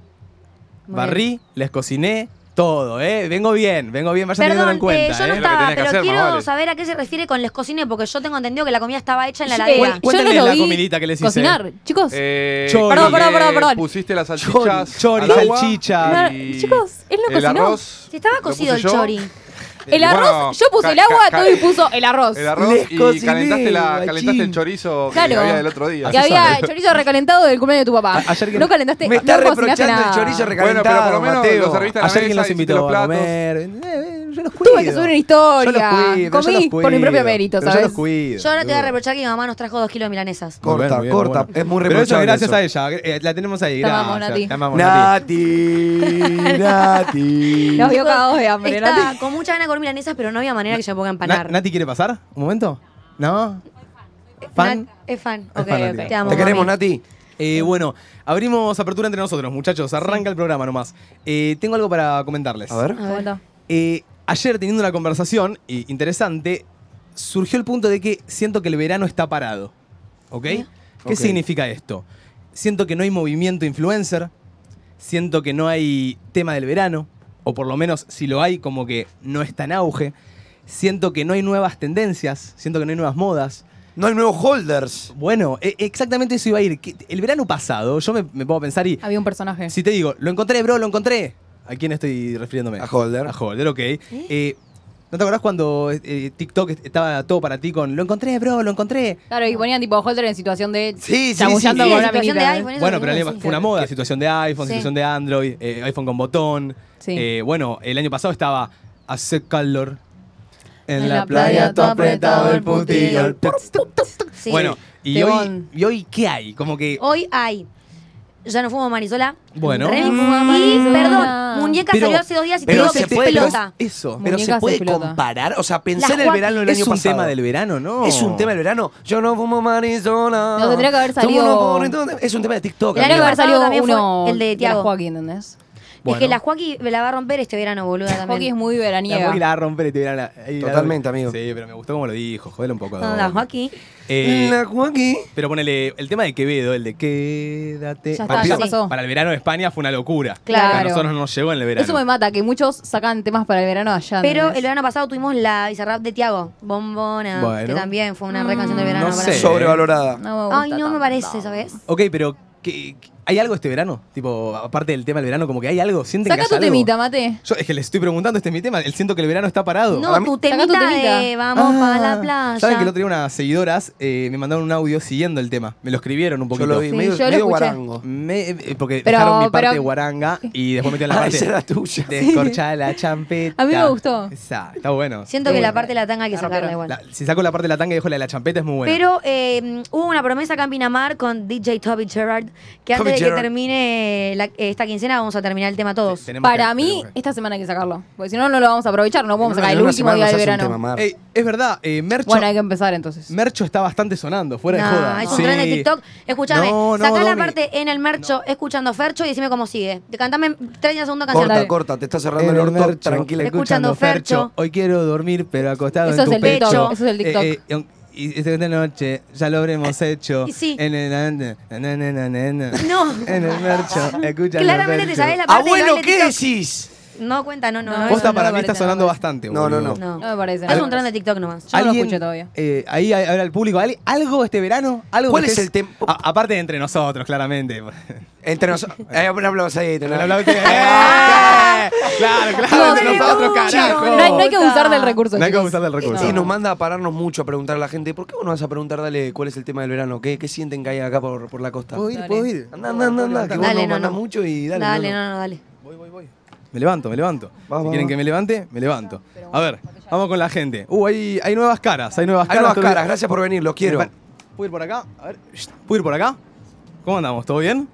Muy barrí, les cociné, todo, ¿eh? Vengo bien, vengo bien, vayan teniendo Perdón, en cuenta. eh, yo no ¿eh? Lo que estaba, tenés que pero hacer, más quiero vale. saber a qué se refiere con les cocine, porque yo tengo entendido que la comida estaba hecha en Eh, la heladera. Cuen- yo no cuéntenle lo la vi cominita que les hice. cocinar, chicos. Eh, Chori. Perdón, perdón, eh, perdón, perdón. Pusiste las salchichas. Chori, al agua salchicha. y Chicos, él no el cocinó. arroz Si estaba lo puse cocido el yo. chori. el Eh, arroz, bueno, yo puse ca- el agua, ca- Toby puso el arroz. El arroz Les y cociné, calentaste, la, guachín. calentaste el chorizo que Claro. había del otro día. Que había chorizo recalentado del cumpleaños de tu papá. A- ayer que- no calentaste, Me está no cocinaste reprochando el nada. chorizo Bueno, pero por recalentado, lo menos Mateo. lo serviste a la Ayer quien mesa, los hiciste los invitó a platos. comer. Eh, eh, yo los cuido. Tuve que subir una historia. Yo los cuido, Comí yo los por mi cuido, propio mérito, pero ¿sabes? Yo los cuido. Yo ahora te voy a boludo. reprochar que mi mamá nos trajo dos kilos de milanesas. Muy Corta, bien, muy bien, corta. muy bien. Es muy Pero eso reprochable. es gracias eso. a ella. eh, La tenemos ahí. Te amamos, gracias. Nati. Te amamos, Nati. Nati, Nati. Nos vio cagados de hambre, Está Nati. con mucha gana de comer milanesas, pero no había manera que yo me ponga a empanar. Na- ¿Nati quiere pasar? ¿Un momento? ¿No? ¿Fan? Nat- es fan. Es Ok, fan, ok. Nati. Te amo. Te queremos, mami. Nati. Eh, bueno, abrimos apertura entre nosotros, muchachos. Arranca el programa nomás. Eh, tengo algo para comentarles. A ver. A ver. Eh, ayer, teniendo una conversación eh, interesante, surgió el punto de que siento que el verano está parado. ¿Ok? ¿Qué Ok. significa esto? Siento que no hay movimiento influencer, siento que no hay tema del verano, o por lo menos si lo hay, como que no está en auge. Siento que no hay nuevas tendencias, siento que no hay nuevas modas. No hay nuevos holders. Bueno, e- exactamente eso iba a ir. Que- El verano pasado, yo me, me pongo a pensar y Había un personaje. si te digo, lo encontré, bro, lo encontré. ¿A quién estoy refiriéndome? A Holder. A Holder, ok. Eh, ¿No te acordás cuando eh, TikTok estaba todo para ti con lo encontré, bro, lo encontré? Claro, y ponían tipo Holder en situación de Sí, sí, chamullando sí, sí. con una Situación de minita. iPhone, eso Bueno, es lo pero que el iba a año- decir. fue una moda, situación de iPhone, Sí. situación de Android, eh, iPhone con botón. Sí. Eh, bueno, el año pasado estaba hace calor. En la playa todo apretado el puntillo, el Sí. Bueno, y Qué hoy, bon. Oh, y hoy, ¿qué hay? Como que. Hoy hay. Ya no fumo marisola. Bueno. Remy Mm. fuma marisola. Y, ¿ah? perdón, muñeca Pero- salió hace dos días y te pero digo se que es puede- pero pelota. es- eso. Pero se Muñecas puede de pelota. comparar. O sea, pensé Las en el Joaquin- verano del es año un pasado. tema del verano, ¿no? Es un tema del verano. Yo no fumo marihuana. No, tendría que haber Tomo salido- unos porritos. Es un tema de TikTok. Tendría amigo. que haber salido también fue uno el de la Tiago. Joaquín, ¿entendés? Bueno. Es que la Joaquín la va a romper este verano, boluda, también. Joaquín es muy La Rocky la veraniega. va a romper y te verá la- ahí la- Totalmente, amigo. Sí, pero me gustó como lo dijo, jodele un poco. No, la Joaquín. Eh, Mm. La Joaquín. pero ponele el tema de Quevedo, el de quédate. Ya está, para, ya pasó. para el verano de España fue una locura. Claro. A nosotros no nos llegó en el verano. Eso me mata, que muchos sacan temas para el verano allá. Pero el ¿entendés? verano pasado tuvimos la Bizarrap de Tiago, Bombona, Bueno. que también fue una re Mm, canción del verano. no para sé. mí. Sobrevalorada. No me gusta Ay, no me tanto. parece, ¿sabes? Ok, pero ¿qué- qué- ¿hay algo este verano? Tipo, aparte del tema del verano, como que hay algo. ¿Sienten que Saca hay tu algo? temita, mate. Yo es que les estoy preguntando, este es mi tema. El siento que el verano está parado. Para No, mí- tu Saca temita, tu temita. de vamos Ah, para la playa. Saben que el otro día unas seguidoras eh, me mandaron un audio siguiendo el tema. Me lo escribieron un Yo poquito. lo vi. Sí, medio yo lo medio escuché. guarango. Me- eh, porque Pero- dejaron mi parte pero- de guaranga y después metieron la Ah, parte esa era tuya. descorchada la champeta. A mí me gustó. Esa, está bueno. Siento que la parte de la tanga hay que La sacarla rompieron. igual. La- si saco la parte de la tanga y dejo la de la champeta es muy buena. Pero eh, hubo una promesa acá en Pinamar con DJ Toby Gerard que Toby antes de que Gerrard. termine la- esta quincena vamos a terminar el tema Te- todos. tenemos Para que- mí, tenemos que- esta semana hay que sacarlo. Porque si no, no lo vamos a aprovechar. No podemos En una- sacar en el una último semana día nos del hace un tema, verano. Mar. Ey, es verdad, eh, Mercho, Bueno, hay que empezar entonces. Mercho está bastante sonando, fuera Nah, de joda. es un tren de Sí. TikTok. Escúchame, No, no, sacá la Domi. parte en el mercho escuchando Fercho y decime cómo sigue. Te Cantame 30 segundos canción. Corta, Dale. corta. Te está En cerrando el orto. Eh, Mercho, Tranquila. Escuchando Fercho. Hoy quiero dormir, pero acostado en Eso es tu el pecho. TikTok, eso es el TikTok. eh, y esta noche ya lo habremos hecho. Eh, y sí. En el, na, na, na, na, na. No. En el mercho, escuchando Claramente te Fercho. sabés la parte Abuelo, de baile ¿qué TikTok. decís? No cuenta, no, no. No, no, Posta eso para me mí está parece, no sonando me bastante. No, no, boludo. no. no. No me parece. Es no. un tren de TikTok nomás. Yo no lo escuché todavía. eh, ahí, ahí ahora el público. ¿al- ¿Algo este verano? ¿Algo ¿Cuál que es estés- el tema? A- aparte de entre nosotros, claramente. Entre nosotros. Eh, un aplauso ahí. te El lo- aplauso- ¡Eh! Claro, claro, entre Dios, nosotros, no, carajo. No hay, no hay que abusar del recurso. No hay que chicos. abusar del recurso. Sí, nos manda a pararnos mucho a preguntar a la gente. ¿Por qué vos no vas a preguntar, dale, cuál es el tema del verano? ¿Qué, qué sienten que hay acá por, por la costa? ¿Puedo ir? ¿Puedo ir? Anda, anda, anda, anda, que vos Dale, nos no, mandás no. mucho y dale. Dale, no, no. no, no, dale. Me levanto, me levanto. Va, si va, quieren va. que me levante, me levanto. A ver, vamos con la gente. Uh, hay, hay nuevas caras, hay nuevas Hay caras. nuevas Todo- caras, gracias por venir, los quiero. ¿Puedo ir por acá? A ver. shh, ¿Puedo ir por acá? ¿Cómo andamos? ¿Todo bien?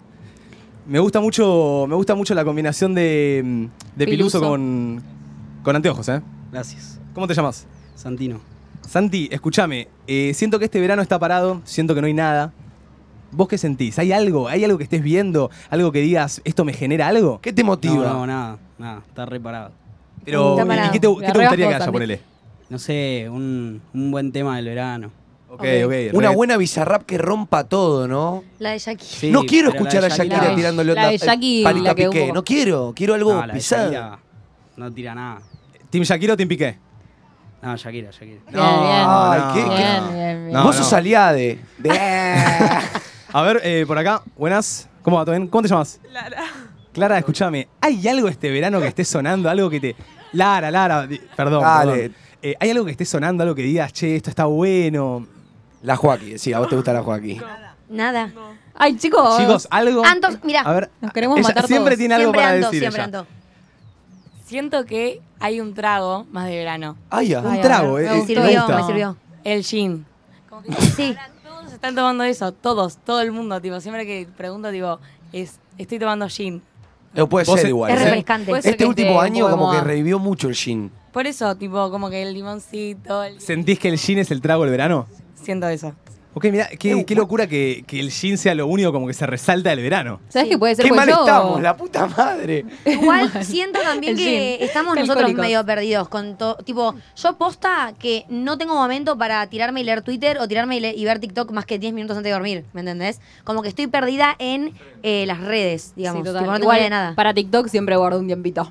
Me gusta mucho, me gusta mucho la combinación de, mm, de Piluso, Piluso. con, con anteojos, ¿eh? Gracias. ¿Cómo te llamas? Santino. Santi, escúchame. eh, siento que este verano está parado, siento que no hay nada. ¿Vos qué sentís? ¿Hay algo? ¿Hay algo que estés viendo? ¿Algo que digas, esto me genera algo? ¿Qué te No, motiva? no, nada, nada. Está reparado. Pero, Está ¿y parado. qué te, qué Me te arrebasó, gustaría que haya? Santi. Ponele. No sé, un, un buen tema del verano. Ok, ok. Una regga- buena bizarrap que rompa todo, ¿no? La de Jackie. Sí, no quiero pero la escuchar de a Shakira Shakira- tirándole la onda, de eh, Shakira, palito la que Piqué. hubo. No quiero, quiero algo No, la de pisado. Shakira No tira nada. ¿Team Shakira o Team Piqué? No, Shakira, Shakira. Bien, bien. Ay, qué- qué- Bien, bien, bien. No, Vos no. sos aliade. De... A ver, eh, por acá, buenas. ¿Cómo va? ¿Todo bien? ¿Cómo te llamas? Lara. Clara, escúchame. ¿Hay algo este verano que esté sonando? Algo que te. Lara, Lara, di- perdón. Dale. perdón. Eh, ¿Hay algo que esté sonando? Algo que digas, che, esto está bueno? La Joaquín, sí, a vos te gusta la Joaquín. Nada. Ay, chicos. Chicos, algo. Antos, mirá. A ver, Oh. Nos queremos ella matar siempre todos. tiene algo siempre para ando, decir. siempre ella. ando. siento que hay un trago más de verano. Ay, ya. Un trago, a ver, eh, me me Me sirvió, gusta. me sirvió. El gin. Como que Sí. ahora todos están tomando eso, todos, todo el mundo. Tipo, siempre que pregunto, digo, es, estoy tomando gin. No puede Vos ser es- igual. Es ¿eh? refrescante. Pues- Este que último esté año un poco como que de moda. revivió mucho el gin. Por eso, tipo, como que el limoncito, el- ¿Sentís que el gin es el trago del verano? siento eso. Ok, mirá, qué, Eh, qué locura que, que el gin sea lo único como que se resalta del verano. ¿Sabes qué puede ser? ¡Qué Pues mal yo- estamos! ¡La puta madre! Igual siento también El que gin. estamos Qué nosotros alcohólicos. medio perdidos con todo. Tipo, yo posta que no tengo momento para tirarme y leer Twitter o tirarme y, le- y ver TikTok más que 10 minutos antes de dormir, ¿me entendés? Como que estoy perdida en eh, las redes, digamos. Sí, total. Tipo, no tengo Igual, idea de nada. Para TikTok siempre guardo un tiempito.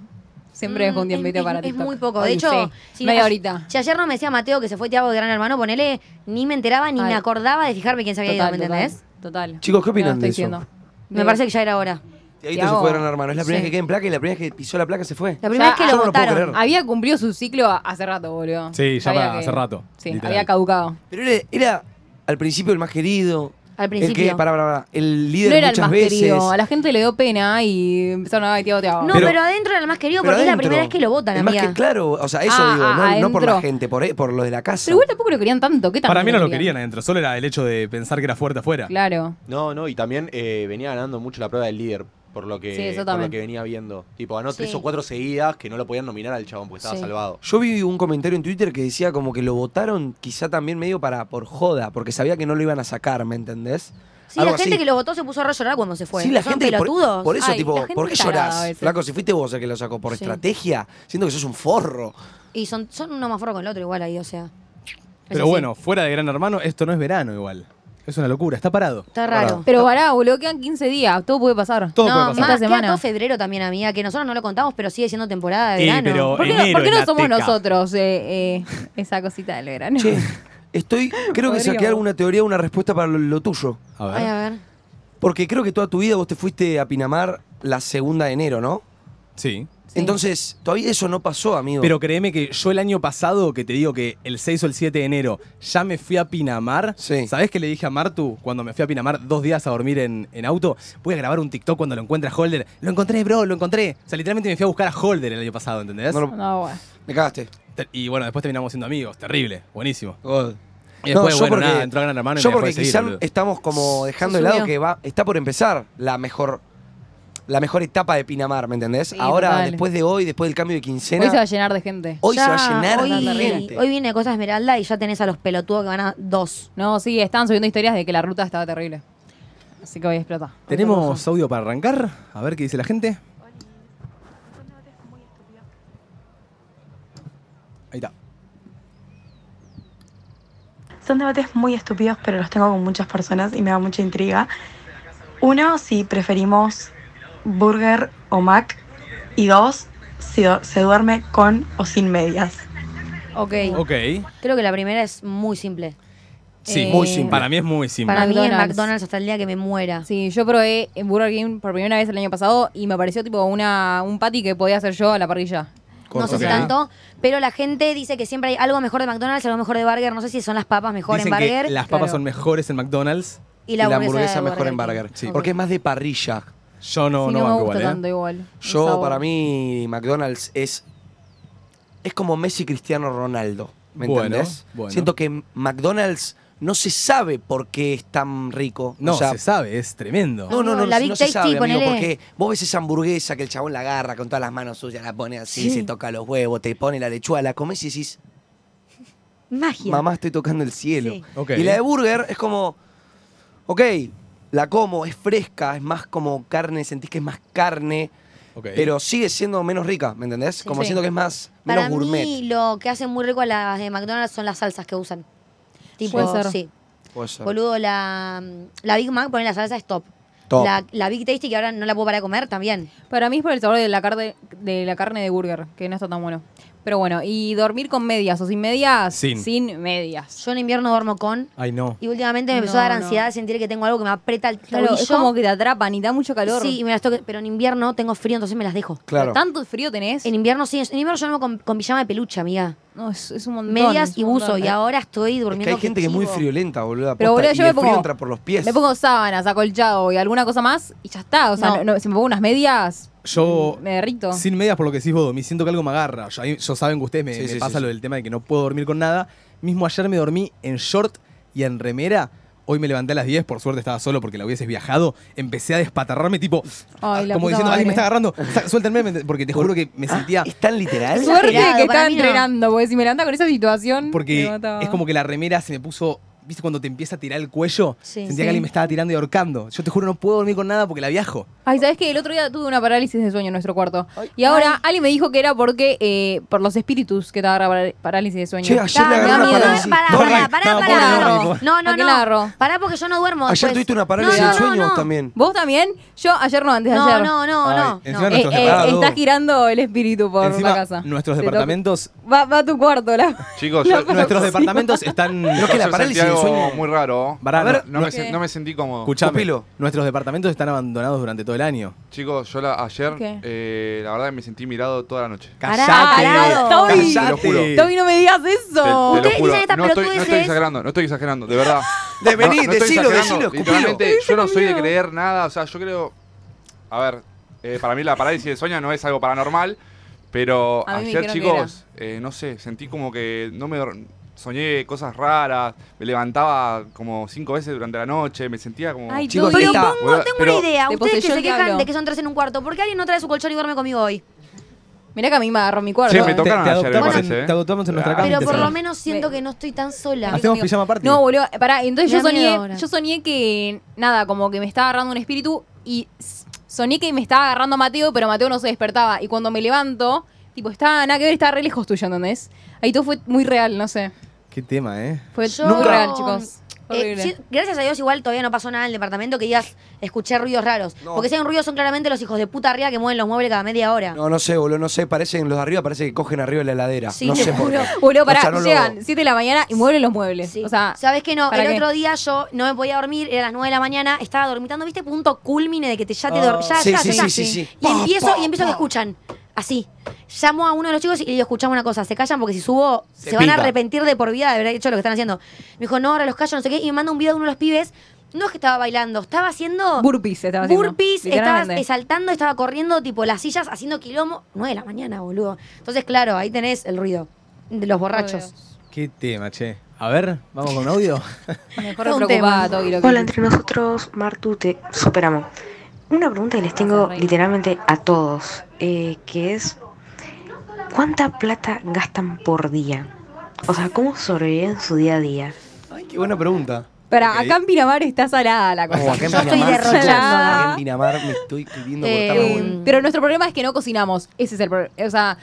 Siempre Mm, dejo un es- tiempito es- para es TikTok. muy poco. De Ay, hecho, sí. si no- media horita. Si ayer no me decía Mateo que se fue Tiago de Gran Hermano, ponele, ni me enteraba ni Ay. me acordaba de fijarme quién se había ido, Total, ¿me total, entendés? total. Chicos, ¿qué opinan No, de estoy eso? diciendo. Me parece que ya era hora. Tiaguito se Tiago. fue Gran Hermano. Es la primera Sí. vez que queda en placa y la primera vez que pisó la placa se fue. Ah, La primera Ya, vez que yo lo no lo puedo votaron. Ah. creer. Había cumplido su ciclo a- hace rato, boludo. Sí, ya Sabía para hace rato, Sí, literal. había caducado. Pero era, era al principio el más querido. Al El que, principio. pará, pará, pará, el líder No era el muchas más veces. querido. A la gente le dio pena y empezaron a ver, tío, tío. No, pero, Pero- adentro era el más querido Pero porque es la adentro, primera vez que lo votan, es amiga. Más que, claro, o sea, eso Ah, digo, ah, no, no por la adentro. gente, por, eh, por lo de la casa. Pero igual tampoco lo querían tanto. ¿Qué tanto Para mí no lo querían adentro, solo era el hecho de pensar que era fuerte afuera. Claro. No, no, y también eh, venía ganando mucho la prueba del líder, por lo que, Sí, eso por también. lo que venía viendo. Tipo, ganó tres Sí. o cuatro seguidas que no lo podían nominar al chabón porque estaba Sí. salvado. Yo vi un comentario en Twitter que decía como que lo votaron quizá también medio para por joda, porque sabía que no lo iban a sacar, ¿me entendés? Sí, la Algo gente así. que lo votó se puso a re llorar cuando se fue. Sí, la Son gente por- pelotudos. Por, eso, Ay, la tipo, gente ¿por qué es tarada a llorás? veces. Flaco, si fuiste vos el que lo sacó por Sí. estrategia, siento que sos un forro. Y son, son uno más forro con el otro igual ahí, o sea. Es Pero así. bueno, fuera de Gran Hermano, esto no es verano igual. Es una locura, está parado. Está raro. Pero pará, boludo, quedan 15 días. Todo puede pasar. Todo no, puede pasar. más, Esta semana. queda todo febrero también, amiga, que nosotros no lo contamos, pero sigue siendo temporada de Sí, verano. pero- ¿Por qué, Oh, Enero ¿por qué es no la somos teca. nosotros eh, eh, esa cosita del verano? Che, estoy, creo que Podríamos. saqué alguna teoría, una respuesta para lo, lo tuyo. A ver. Ay, a ver. Porque creo que toda tu vida vos te fuiste a Pinamar la segunda de enero, ¿no? Sí. Sí. Entonces, todavía eso no pasó, amigo. Pero créeme que yo el año pasado, que te digo que el 6 o el 7 de enero ya me fui a Pinamar. Sí. ¿Sabés qué le dije a Martu cuando me fui a Pinamar dos días a dormir en, en auto? Voy a grabar un TikTok cuando lo encuentre a Holder. Lo encontré, bro, lo encontré. O sea, literalmente me fui a buscar a Holder el año pasado, ¿entendés? No lo- No, bueno. me cagaste. Te- Y bueno, después terminamos siendo amigos. Terrible, buenísimo. Oh. Y No, después, yo bueno, porque- nada, entró Gran Hermano y yo me dejó porque de seguir, quizá boludo. estamos como dejando Se de lado subió. que va, está por empezar la mejor, la mejor etapa de Pinamar, ¿me entendés? Sí, Ahora, total. Pues después de hoy, después del cambio de Hoy se va quincena, a llenar de gente. hoy se va, Ya, a llenar de hoy, gente. Hoy viene Cosa Esmeralda y ya tenés a los pelotudos que van a dos. No, sí, están subiendo historias de que la ruta estaba terrible. Así que hoy explota. Hoy ¿Tenemos audio para arrancar? A ver qué dice la gente. Ahí está. Son debates muy estúpidos, pero los tengo con muchas personas y me da mucha intriga. Uno, si preferimos burger o Mac. Y dos, si do- se duerme con o sin medias. Ok. Ok. Creo que la primera es muy simple. Sí, Eh, muy simple. Para mí es muy simple. Para mí es McDonald's. McDonald's hasta el día que me muera. Sí, yo probé en Burger King por primera vez el año pasado y me pareció tipo una, un patty que podía hacer yo a la parrilla. No sé si Ok. tanto, pero la gente dice que siempre hay algo mejor de McDonald's, algo mejor de Burger. No sé si son las papas mejor Dicen en Burger que las papas claro. son mejores en McDonald's. y la hamburguesa, de mejor en King. Burger. Sí. Porque es más de parrilla. Yo no, Sí, no, no, me banco gusta igual, ¿eh? tanto igual. el Yo, sabor. para mí, McDonald's es. Es como Messi Cristiano Ronaldo. ¿Me Bueno, entendés? bueno. Siento que McDonald's no se sabe por qué es tan rico. No, O sea, se sabe, es tremendo. No, no, no, La no Big se Tasty, sabe, amigo, ponele. porque vos ves esa hamburguesa que el chabón la agarra con todas las manos suyas, la pone así, se toca los huevos, te pone la lechuga, la comes y decís, Magia. mamá, estoy tocando el cielo. Sí. Ok. Y la de burger es como, ok, la como, es fresca, es más como carne, sentís que es más carne, Ok. pero sigue siendo menos rica, ¿me entendés? Como Sí. siento que es más, menos Para gourmet. mí lo que hace muy rico a las de McDonald's son las salsas que usan. Tipo, Puede ser. sí. Puede ser. Boludo, la, la Big Mac, poner la salsa es top. Top. La, la Big Tasty, que ahora no la puedo parar de comer, también. Para mí es por el sabor de la, carne, de la carne de burger, que no está tan bueno. Pero bueno, y dormir con medias o sin medias. Sin. medias. Yo en invierno duermo con. Ay, no. Y últimamente me empezó No, a dar no. ansiedad de sentir que tengo algo que me aprieta el Claro, es tobillo. como que te atrapan y da mucho calor. Sí, y me las toque. Pero en invierno tengo frío, entonces me las dejo. Claro. ¿Tanto frío tenés? En invierno sí, en invierno yo duermo con, con pijama de peluche, amiga. No, es, es un montón. Medias es y un buzo. montón. Y ahora estoy Es durmiendo. que hay gente que es muy chivo. friolenta, boludo. Pero boludo, aposta, yo y me el frío pongo- entra por los pies. Me pongo sábanas, acolchado y alguna cosa más y ya está. O sea, No. no- no- si me pongo unas medias, Yo, Mm, Me derrito. sin medias por lo que decís vos, me siento que algo me agarra. Yo, a mí- yo saben que ustedes me, Sí, me sí, pasa sí, lo sí. del tema de que no puedo dormir con nada. Mismo ayer me dormí en short y en remera. Hoy me levanté a las 10, por suerte estaba solo porque la hubieses viajado. Empecé a despatarrarme, tipo, ah, la como diciendo, puta madre. Ah, alguien me está agarrando, sa- suéltenme, me- porque te juro que me sentía. ¿Es tan literal? Suerte Exagerado, que para está mí no. entrenando, porque si me levanta con esa situación. me Porque mataba. es como que la remera se me puso. ¿Viste cuando te empieza a tirar el cuello? Sí. Sentía Sí. que alguien me estaba tirando y ahorcando. Yo te juro, no puedo dormir con nada porque la viajo. Ay, ¿sabes qué? El otro día tuve una parálisis de sueño en nuestro cuarto. Y ahora alguien me dijo que era porque eh, por los espíritus que te agarra par- parálisis de sueño. Che, ayer Ah, le agarró me da una miedo. parálisis. eh, Pará, No, pará, re- pará, no, pará. pobre, No, no, ¿A qué la no. agarró? Pará porque yo no duermo. Ayer después. tuviste una parálisis pues. No, de no, sueños no. también. ¿Vos también? Yo ayer no, antes de No, ayer. no, Ay, no, no. encima Eh, nuestros eh, departamentos- está girando el espíritu por encima la casa. nuestros Te toca- departamentos Va, va a tu cuarto, la. Chicos, yo- La Nuestros Sí. departamentos están. Creo que la Yo parálisis sentí del algo sueño. muy raro. Pará, A ver, no- no, me, ¿Qué? sen- no me sentí cómodo. Escuchame, Pupilo. Nuestros departamentos están abandonados durante todo el año. Chicos, yo la- ayer, ¿Qué? eh, la verdad, me sentí mirado toda la noche. Pará, Callate, Toby. parado. Te lo juro. callate. Toby, no me digas Te- te eso. lo Ustedes juro. dicen esta no, estoy, no pelotudez estoy es- exagerando, no estoy exagerando, de verdad. De vení, estoy decilo, exagerando, decilo, escupilo. Literalmente, yo no soy de creer nada. O sea, yo creo. A ver, eh, para mí la parálisis de sueño no es algo paranormal. Pero A mí me ayer, dijeron que chicos, eh, no sé, sentí como que no me. dor- Soñé cosas raras, me levantaba como cinco veces durante la noche, me sentía como. Ay, Chicos, Toby. Pero Está, pongo, tengo pero- una idea. Te Ustedes que poseyó se el quejan diablo. de que son tres en un cuarto, ¿por qué alguien no trae su colchón y duerme conmigo hoy? Mirá que a mí me agarró mi cuarto. Che, me eh. tocó. tocaron te, ayer, adoptamos me en, parece, ¿eh? te adoptamos en nuestra Ah, cama. Pero y te por lo cerramos. menos siento que no estoy tan sola. Hacemos pijama party. No, boludo. Pará, entonces Me yo da miedo soñé, ahora. yo soñé que, nada, como que me estaba agarrando un espíritu y s- soñé que me estaba agarrando a Mateo, pero Mateo no se despertaba. Y cuando me levanto, tipo, estaba nada que ver, estaba re lejos tuyo, ¿entendés? Ahí todo fue muy real, no sé. Qué tema, ¿eh? Fue Yo- muy real, chicos. Eh, Horrible. sí, gracias a Dios igual todavía no pasó nada en el departamento que digas, escuché ruidos raros. No. Porque si hay un ruido son claramente los hijos de puta arriba que mueven los muebles cada media hora. No, no sé, boludo, no sé. Parecen los de arriba, parece que cogen arriba de la heladera. Sí, no te sé por juro. qué. Boludo, O pará, sea, no lo- llegan 7 de la mañana y mueven los muebles. Sí. O sea, ¿Sabes que no? ¿para El qué? otro día yo no me podía dormir, era las 9 de la mañana, estaba dormitando, ¿viste? Punto culmine de que te, ya Ah, te dormí. Ya, Sí, ya, sí, ya, sí, ya. sí, sí. Y empiezo, y empiezo que escuchan. Así. Llamo a uno de los chicos y le digo, escuchamos una cosa, se callan porque si subo se, van a pica. arrepentir de por vida de haber hecho lo que están haciendo. Me dijo, no, ahora los callo, no sé qué, y me manda un video de uno de los pibes. No es que estaba bailando, estaba haciendo. burpees estaba haciendo. Burpees, estaba literalmente. eh, saltando, estaba corriendo, tipo las sillas, haciendo quilombo. 9 de la mañana, boludo. Entonces, claro, ahí tenés el ruido de los borrachos. Qué tema, che. A ver, vamos con audio. Mejor Todo un preocupada, tema. Toby, lo que Hola, entre nosotros, Martu, te superamos. Una pregunta que les tengo literalmente a todos, eh, que es, ¿cuánta plata gastan por día? O sea, ¿cómo sobreviven su día a día? Ay, qué buena pregunta. Pará, Ok. acá en Pinamar está salada la cosa. Oh, acá en Yo estoy Pinamar, derrochando. chicos, acá en Pinamar me estoy queriendo Eh, cortar la bola. Eh, pero nuestro problema es que no cocinamos. Ese es el problema. O sea,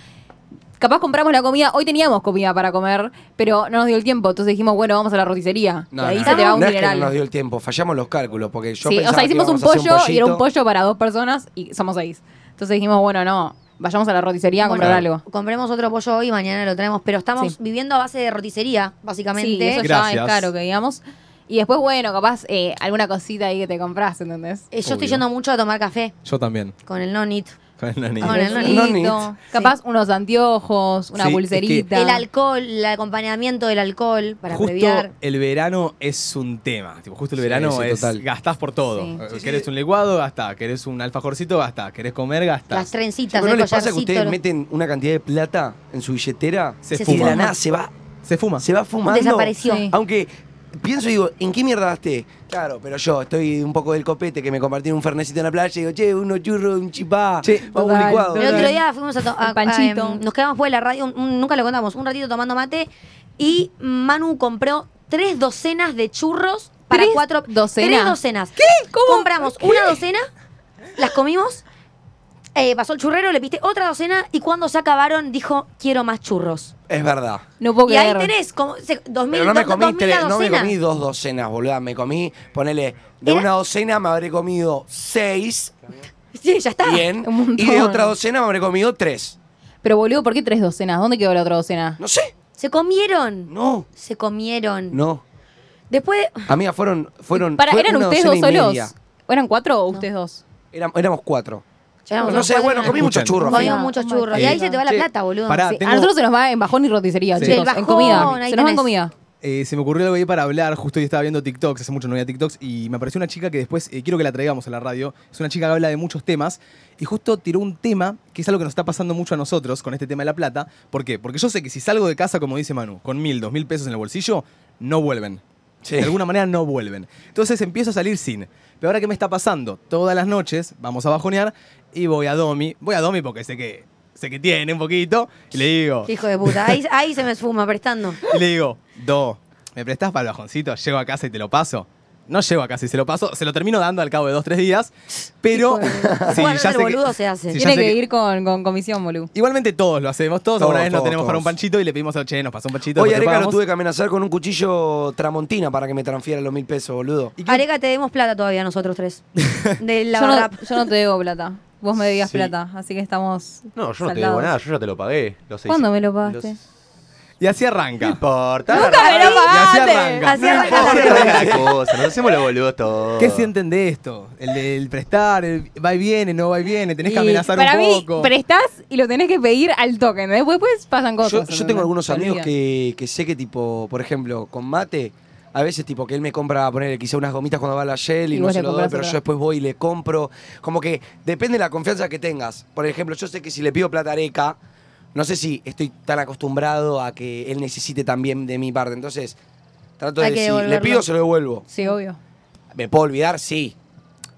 capaz compramos la comida. Hoy teníamos comida para comer, pero no nos dio el tiempo. Entonces dijimos, bueno, vamos a la roticería. No, y ahí no, se te va un no es que no dineral. nos dio el tiempo, fallamos los cálculos, porque yo Sí, o pensaba sea, que hicimos un íbamos a hacer pollo y era un pollito. pollo para dos personas y somos seis. Entonces dijimos, bueno, no, vayamos a la roticería a Bueno, comprar algo. Compremos otro pollo hoy, mañana lo traemos, pero estamos Sí. viviendo a base de roticería, básicamente. Sí, eso ya Gracias. es caro, que digamos. Y después, bueno, capaz eh, alguna cosita ahí que te compras, ¿entendés? Eh, yo Obvio. estoy yendo mucho a tomar café Yo también. con el nonit. Con el nanito. Con el Algo no chiquito. need. Capaz unos anteojos, Sí, una es que- pulserita. El alcohol, el acompañamiento del alcohol para Justo abreviar. el verano es un tema. Tipo, justo el Sí, verano sí, es total. gastás por todo. Sí. Eh, querés un licuado, gastá. Querés un alfajorcito, gastá. Querés comer, Las gastás. trencitas, Chicos, ¿No el les pasa que collarcito, ustedes lo- meten una cantidad de plata en su billetera Se se y de fuma. la nada se va, Se fuma. se va fumando? Desapareció. Sí. Aunque pienso y digo, ¿en qué mierda gasté? Claro, pero yo estoy un poco del copete que me compartí en un fernecito en la playa y digo, che, unos churros, un chipá, Che, vamos a un total, licuado. El otro día fuimos a, to- a- Un panchito. a, em, Nos quedamos fuera de la radio, un- un- nunca lo contamos, un ratito tomando mate. Y Manu compró tres docenas de churros para ¿Tres cuatro. docenas? Tres docenas. ¿Qué? Compramos una docena, las comimos. eh, pasó el churrero, le piste otra docena y cuando se acabaron dijo, quiero más churros. Es verdad. No puedo y ahí creer. tenés como se- dos mil, Pero no me dos- comí dos mil tres, la no me docena. comí dos docenas, boluda. Me comí, ponele, de Era- una docena me habré comido seis, Sí, ya está. bien, un montón. y de otra docena me habré comido tres. Pero boludo, ¿por qué tres docenas? ¿Dónde quedó la otra docena? No sé, Se comieron. no, Se comieron. no. Después de- Amiga, fueron, fueron, Para, fue ¿Eran una ustedes dos docena y solos? media. ¿Eran cuatro o ustedes dos? Éram- éramos cuatro. éramos no unos sé, cuatro bueno, y comí una- muchos churros. Comimos amiga. muchos Oh my churros. God. Y ahí se te va la Che, plata, boludo. pará. Ah, Sí, tengo- A nosotros se nos va en bajón y roticería, Sí. chicos. El en comida. bajón, ahí Se nos va en tenés. comida. eh, se me ocurrió algo ahí para hablar, justo hoy estaba viendo TikToks, hace mucho no veía TikToks, y me apareció una chica que después eh, quiero que la traigamos a la radio. Es una chica que habla de muchos temas, y justo tiró un tema que es algo que nos está pasando mucho a nosotros con este tema de la plata. ¿Por qué? Porque yo sé que si salgo de casa, como dice Manu, con mil, dos mil pesos en el bolsillo, no vuelven. De alguna manera no vuelven. Entonces empiezo a salir sin. Pero ahora, ¿qué me está pasando? Todas las noches vamos a bajonear y voy a Domi. Voy a Domi porque sé que, sé que tiene un poquito. Y le digo, Hijo de puta. Ahí, ahí se me esfuma prestando. y le digo, Do, ¿me prestás para el bajoncito? Llego a casa y te lo paso. No llego a casa y se lo paso. Se lo termino dando al cabo de dos, tres días. Pero. Hijo de- sí, Guarda, ya el sé que- boludo se hace. sí, ya Tiene sé que que- ir con, con comisión, boludo. Igualmente todos lo hacemos. Todos, Todos, alguna vez nos todos, tenemos para un todos. panchito y le pedimos a Che, nos pasó un panchito. Hoy después te Areca lo pagamos". tuve que amenazar con un cuchillo tramontina para que me transfiera los mil pesos, boludo. Areca, te demos plata todavía nosotros tres. De la yo, verdad. no, yo no te debo plata. Vos me debías Sí. plata, así que estamos. No, yo no te saldados. debo nada, yo ya te lo pagué. Los seis- ¿Cuándo me lo los- pagaste? Y así No arranca. importa. ¡Nunca me Y lo así pagaste! arranca. Así arranca Así la arranca la cosa, nos hacemos los boludos todos. ¿Qué sienten de esto? El del prestar, el va y viene, no va y viene, tenés que Y amenazar para un mí, poco. prestás y lo tenés que pedir al token. ¿eh? Después pues, pasan Yo- cosas. Yo, tengo ¿entendés? algunos Te amigos olvidas. que, que sé que, tipo, por ejemplo, con mate, a veces, tipo, que él me compra, ponerle quizá unas gomitas cuando va a la Shell y, Y no vos se le lo doy, compras pero otra. yo después voy y le compro. Como que depende de la confianza que tengas. Por ejemplo, yo sé que si le pido plata a Areca, no sé si estoy tan acostumbrado a que él necesite también de mi parte. Entonces, trato Hay de que decir, le devolverlo. pido, se lo devuelvo. Sí, obvio. ¿Me puedo olvidar? Sí.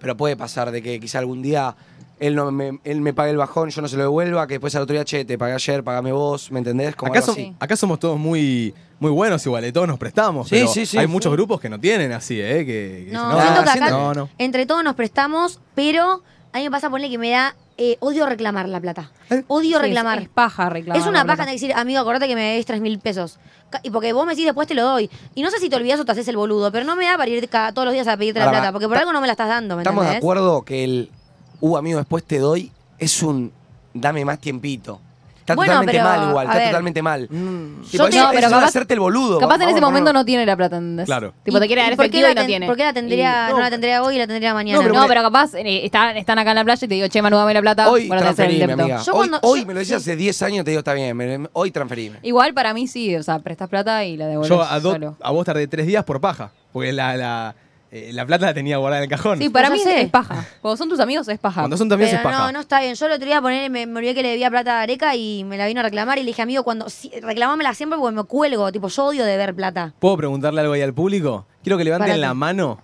Pero puede pasar de que quizá algún día él, no me, él me pague el bajón, yo no se lo devuelva, que después al otro día, che, te pagué ayer, pagame vos, ¿me entendés? Como Acá, algo som- así. acá somos todos muy, muy buenos igual, de todos nos prestamos. Sí, pero sí, sí, hay sí. muchos grupos que no tienen así, ¿eh? Que, que No, dicen, siento que no, acá no, no. entre todos nos prestamos, pero a mí me pasa ponerle que me da eh, odio reclamar la plata. Odio ¿Eh? Sí, reclamar. Es, es paja reclamar. Es una la paja plata. de decir, amigo, acordate que me debes 3 mil pesos. Ca- Y porque vos me decís, después te lo doy. Y no sé si te olvidas o te haces el boludo, pero no me da para ir cada, todos los días a pedirte la Ahora, plata, porque por ta- algo no me la estás dando, ¿me Estamos de entendés? acuerdo que el, uh, amigo, después te doy, es un dame más tiempito. Está Bueno, totalmente pero, mal igual, a está ver. totalmente mal. Tipo, Yo es- te- no, es pero solo capaz- hacerte el boludo. Capaz en vamos, ese vamos. momento no tiene la plata, ¿entendés? Claro. Tipo, te quiere dar ¿Y por qué efectivo y la no ten- tiene. ¿Por qué la tendría, Y- no, no. la tendría hoy y la tendría mañana? No, pero No, me- pero capaz eh, están, están acá en la playa y te digo, che, Manu, dame la plata. Hoy para hacer el transferime, depto". amiga. Yo hoy cuando- hoy yo- me lo decís sí. hace 10 años, te digo, está bien, me- hoy transferime. Igual para mí sí, o sea, prestas plata y la devuelves Yo a, do- solo. a vos tardé tres días por paja, porque la, la, eh, la plata la tenía guardada en el cajón. Sí, para Yo mí sé. es paja. Cuando son tus amigos es paja. Cuando son también es Pero paja. no, no está bien. Yo lo otro día poner, me, me olvidé que le debía plata a Areca y me la vino a reclamar y le dije, amigo, cuando si- reclamámela siempre porque me cuelgo. Tipo, yo odio deber plata. ¿Puedo preguntarle algo ahí al público? Quiero que levanten Parate. la mano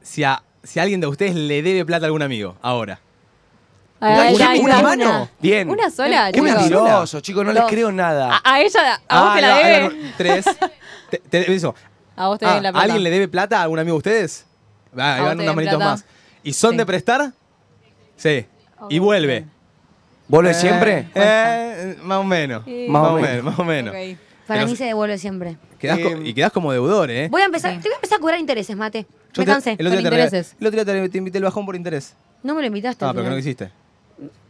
si a, si a alguien de ustedes le debe plata a algún amigo, ahora. Ay, ay, ¿Una- ay, una ay, mano? una. Bien. Una sola, Qué chicos. mentiroso, chicos, no les Dos. Ah, creo nada. A, a ella, a vos te la ahí debe. ahí tres. Te- te- eso. A vos te Ah, deben la plata. ¿Alguien le debe plata a algún amigo de ustedes? Ah, ahí van A vos te unas deben manitos plata. más. ¿Y son Sí. de prestar? Sí. Y vuelve. ¿Vuelve siempre? Eh, más o menos. Sí. Más o Ok. menos, más o menos. Ok. Para Pero- mí se devuelve siempre. Quedás co- Eh, y quedás como deudor, ¿eh? Voy a empezar, te voy a empezar a cobrar intereses, mate. Yo me te- cansé. El otro, con día te, re- intereses. el otro día te, te invité el bajón por interés. No me lo invitaste. Ah, al pero que no final. quisiste.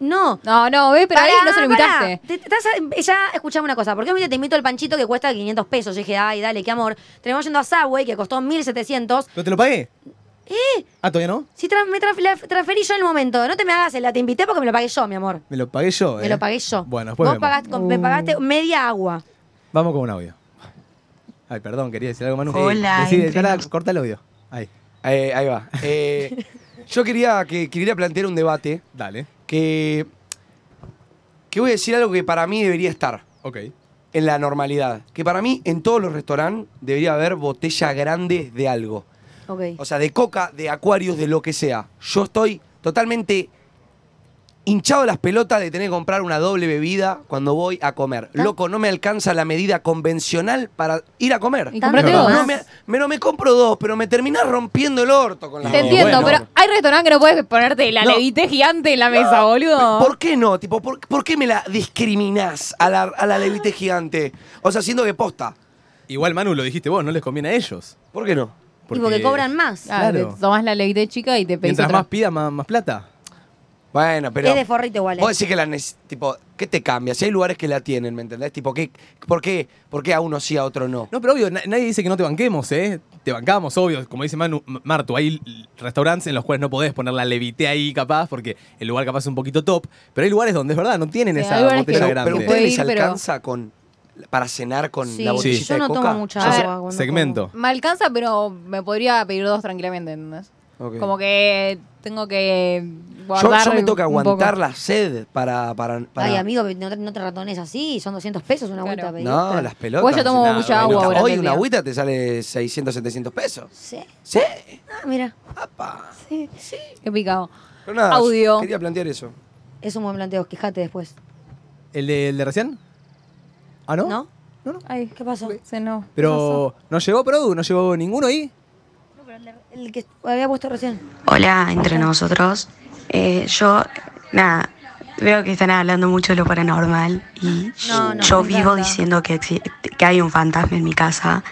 No. No, no, ves, pero ahí Pará, no se lo pará. invitaste. Te- te estás a- ya escuchame una cosa. Porque obviamente te invito el panchito que cuesta 500 pesos? Yo dije, ay, dale, qué amor. Tenemos yendo a Subway que costó 1700. ¿No te lo pagué? ¿Eh? Ah, ¿todavía no? Si tra- me tra- la transferí yo en el momento. No te me hagas el, la te invité porque me lo pagué yo, mi amor. Me lo pagué yo, ¿eh? Me lo pagué yo. Bueno, después Vos vemos. pagaste- con- me Uh. pagaste media agua. Vamos con un audio. Ay, perdón, quería decir algo, Manu. Hola, Decide, entre ahora nos- corta el audio. Ahí, Eh, ahí va. Eh, yo quería, que, quería plantear un debate dale. que, que voy a decir algo que para mí debería estar Ok. en la normalidad. Que para mí en todos los restaurantes debería haber botellas grandes de algo. Ok. O sea, de coca, de acuarios, de lo que sea. Yo estoy totalmente hinchado las pelotas de tener que comprar una doble bebida cuando voy a comer. Ah. Loco, no me alcanza la medida convencional para ir a comer. Y Tanto comprate Es dos. verdad. No me, me- no me compro dos, pero me terminás rompiendo el orto con las Te dos. entiendo, bueno. pero hay restaurantes que no puedes ponerte la levité gigante en la mesa, boludo. ¿Por qué no? Tipo, ¿por, por qué me la discriminás a la, a la levité gigante? O sea, siendo que posta. Igual, Manu, lo dijiste vos, no les conviene a ellos. ¿Por qué no? Y porque cobran más. Ah, te claro. tomás la levité chica y te pedís Mientras otra. más pida, más, más plata. Bueno, pero. es de forrito igual. eh. Vos decís que la neces- tipo, ¿qué te cambia? Si hay lugares que la tienen, ¿me entendés? Tipo, ¿qué, por, qué, ¿por qué a uno sí, a otro no? No, pero obvio, na- nadie dice que no te banquemos, ¿eh? Te bancamos, obvio. Como dice Manu, M- Martu, hay l- restaurantes en los cuales no podés poner la levité ahí, capaz, porque el lugar capaz es un poquito top. Pero hay lugares donde es verdad, no tienen Sí, hay esa lugares botella que- Pero, grande. pero puede ustedes les ir, pero- alcanza con para cenar con Sí, la botellita yo no de coca? tomo mucha Ya A sé. ver, agua. cuando Segmento. Me alcanza, pero me podría pedir dos tranquilamente, ¿entendés? Ok. Como que tengo que Yo, guardar yo me toca un poco. aguantar la sed para... para, para- Ay, amigo, no te, no te ratones así, son 200 pesos una Claro. vuelta. no, las pelotas. Pues yo tomo Nah, mucha bueno, agua durante Hoy el una día. agüita te sale 600, 700 pesos. Sí. Sí. Ah, mira, Apa. Qué picado. Pero nada, Audio. quería plantear eso. es un buen planteo, quejate después. ¿El de, el de recién? ¿Ah, no? ¿No? No, no. Ay, ¿Qué pasó? se no. Pero no llegó Produ, no llegó ninguno ahí. El que había puesto recién. Hola, entre nosotros. Eh, yo, nada, veo que están hablando mucho de lo paranormal y No, no, yo me vivo encanta. diciendo que, exi- que hay un fantasma en mi casa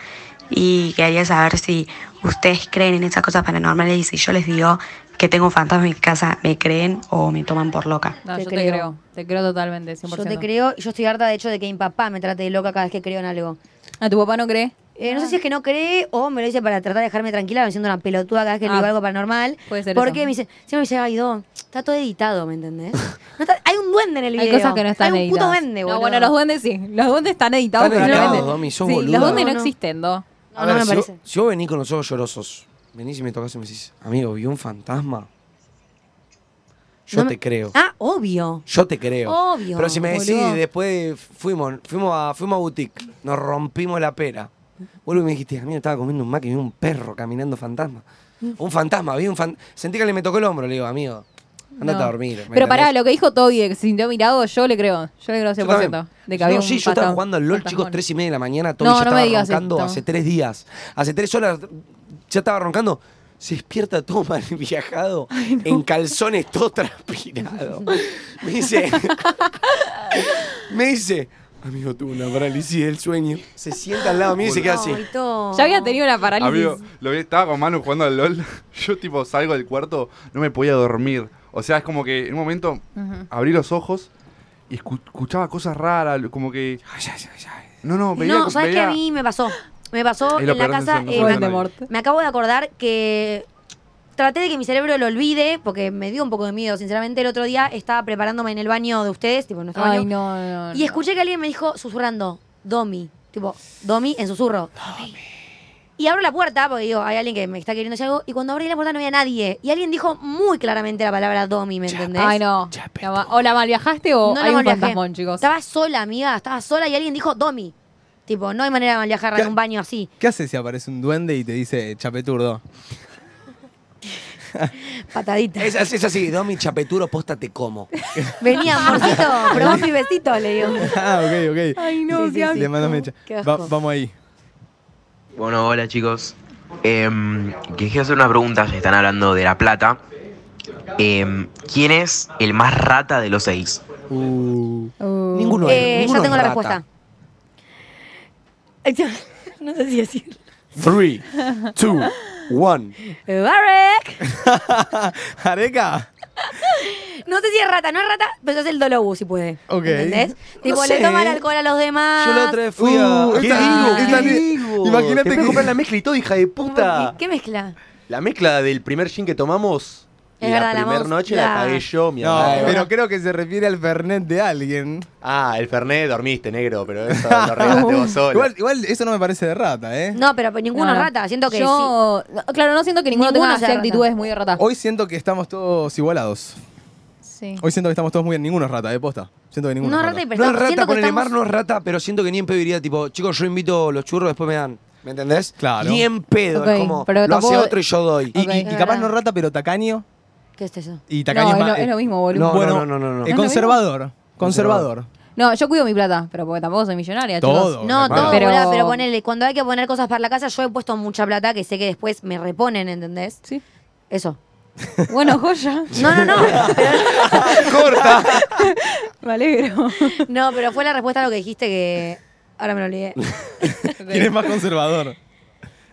y quería saber si ustedes creen en esas cosas paranormales y si yo les digo que tengo un fantasma en mi casa, ¿me creen o me toman por loca? No, Te yo te creo. creo. Te creo totalmente, 100%. Yo te creo y yo estoy harta de hecho de que mi papá me trate de loca cada vez que creo en algo. ¿A Ah, tu papá no cree? Eh, no sé si es que no cree o me lo dice para tratar de dejarme tranquila, me siento una pelotuda cada vez que le Ah, digo algo paranormal. puede ser Porque eso. me dice, siempre me dice, ay, Don, está todo editado, ¿me entendés? No está- hay un duende en el Hay video. cosas que no están Hay un puto editadas. duende, No, boludo. bueno, los duendes sí. Los duendes están editados. Están probablemente. editados, Domi, sos sí, boluda. Los duendes no, No, no. existen, Do. No, A no ver, me si, parece. vos, si vos venís con los ojos llorosos, venís y me tocás y me decís, amigo, vi un fantasma. Yo No te me- creo. Ah, obvio. Yo te creo. Obvio, Pero si me decís, boludo. después fuimos, fuimos, a, fuimos a boutique, nos rompimos la pera. Vuelvo y me dijiste, a mí me estaba comiendo un mac y vi un perro caminando fantasma. Mm. Un fantasma, vi un fantasma. Sentí que le me tocó el hombro, le digo, amigo, andate No. a dormir. ¿me Pero pará, entendés? lo que dijo Toby de que se sintió mirado, yo le creo. Yo le creo 100%. Yo también. de que había no, un sí, yo estaba fantasma- jugando al LOL, chicos, fantasmón. tres y media de la mañana, todo No, y no yo me estaba digas roncando esto. hace tres días. Hace tres horas ya estaba roncando. Se despierta todo mal viajado, en calzones todo transpirado. Me dice, me dice, amigo, tuve una parálisis del sueño. Se sienta al lado mío y se queda así. Ay, Tom. Ya había tenido la parálisis. Amigo, lo vi- estaba con Manu jugando al LOL. Yo, tipo, salgo del cuarto, no me podía dormir. O sea, es como que en un momento Ujú. abrí los ojos y escu- escuchaba cosas raras, como que. No, no, veía. No, ¿sabes qué? veía- A mí me pasó. Me pasó Es lo en la peor casa. sensación, no eh, sé me- si nadie. Voldemort. Me acabo de acordar que traté de que mi cerebro lo olvide, porque me dio un poco de miedo. Sinceramente, el otro día estaba preparándome en el baño de ustedes, tipo en nuestro Ay, baño, no, no, no. y escuché que alguien me dijo susurrando, Domi, tipo, Domi en susurro. Domi. Y abro la puerta, porque digo, hay alguien que me está queriendo decir algo, y cuando abrí la puerta no había nadie. Y alguien dijo muy claramente la palabra Domi, ¿me entendés? Ay, no. La ma- o la mal viajaste o No la hay un malviajé. fantasmón, chicos. Estaba sola, amiga, estaba sola y alguien dijo Domi. Tipo, no hay manera de viajar ¿Qué? en un baño así. ¿Qué haces si aparece un duende y te dice chapeturdo? Patadita. Es, así- es así, Domi Chapeturo, posta te como. Venía, amorcito, probá mi besito, le digo. ah, ok, ok. Ay, no, Sí, sí, qué asco. Le mando mecha. Qué asco. Va- vamos ahí. Bueno, hola chicos. Mm, Em, quería hacer una pregunta, ya que están hablando de La Plata. Em, ¿Quién es el más rata de los seis? Uh. Ninguno es- Eh, ninguno ya tengo es la rata. respuesta. No sé si decir. Three, two, one. Barek. ¿Areca? No sé si es rata, no es rata, pero es el Dolobu si puede. Ok. ¿Entendés? Tipo, No le sé. toma el alcohol a los Ah, demás. Yo la otra vez fui a. Uh, esta- esta- imagínate Imagínate que que- comprar la mezcla y todo, hija de puta. ¿Qué, qué mezcla? La mezcla del primer gin que tomamos Es y la verdad, la primera mos- noche la- la pagué yo, mi No, hermano. pero creo que se refiere al Fernet de alguien. Ah, el Fernet dormiste, negro, pero eso lo Ah, regalaste vos solo. Igual, igual eso no me parece de rata, ¿eh? No, pero pues ninguno No, es no. rata. Siento que sí. Yo, no, claro, no siento que ninguno, Ninguno tenga sea así rata. actitudes muy de rata. Hoy siento que estamos todos igualados. Sí. Hoy siento que estamos todos muy bien. Ninguno es rata, de posta. Siento que ninguno No es es rata. rata y pero No es estamos- rata, siento que con el estamos- mar no es rata, pero siento que ni en pedo diría, tipo, chicos, yo invito los churros, después me dan. ¿Me entendés? Claro. Ni en pedo, Ok, es como, pero lo tampoco- hace otro y yo doy. Y, Ok. y- y Es capaz verdad. no rata, pero tacaño. ¿Qué es eso? Y No, tacaño es, más- lo, eh, es lo mismo, boludo. No, bueno, no, no, no, no. eh, ¿Es lo conservador. Conservador. No, yo cuido mi plata, pero porque tampoco soy millonaria, Todo. chicos. No, hermano. todo, Pero- pero... pero ponele, cuando hay que poner cosas para la casa, yo he puesto mucha plata que sé que después me reponen, ¿entendés? Sí. Eso. Bueno, joya. No, no, no. ¡Corta! Me alegro. No, pero fue la respuesta a lo que dijiste que. Ahora me lo olvidé. ¿Quién es más conservador?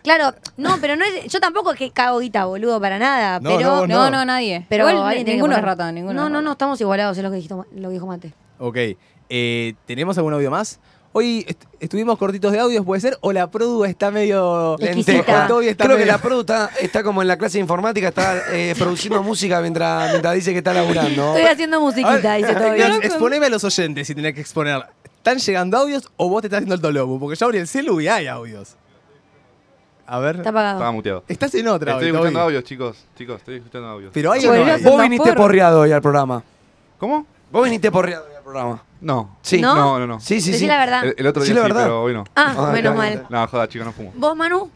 Claro, no, pero no es. Yo tampoco es que cago guita, boludo, para nada. No, pero. no, vos No, no, nadie. Pero Igual, alguien tiene que ninguno es poner. rata, ninguno. No, es no, rata. no, estamos igualados, es lo que, dijiste- lo que dijo Mate. Ok. eh, ¿Tenemos algún audio más? Hoy est- estuvimos cortitos de audios, puede ser, o la produ está medio. Exquisita. Lenteja. Toby está Creo que medio- la produ está, está como en la clase de informática, está eh, produciendo música mientras, mientras dice que está laburando. Estoy haciendo musiquita, A ver, eh, dice todo Exponeme a los oyentes si tenés que exponer. ¿Están llegando audios o vos te estás haciendo el tolobu? Porque yo abrí el celu y hay audios. A ver. Está apagado. Estaba muteado. Estás en otra, Estoy hoy, Toby. escuchando audios, chicos. Chicos, estoy escuchando audios. Pero hay o Bueno, no hay. era- Vos viniste Porro. porreado hoy al programa. ¿Cómo? Vos viniste porreado hoy al programa. No. Sí. ¿No? Ah. No, no, no. Sí, sí, Eh, Decí sí. la verdad. El, el otro Sí, día la sí, verdad. pero hoy no. Ah, Ah, menos está bien, mal. No, joda, chicos, no fumo. ¿Vos, Manu?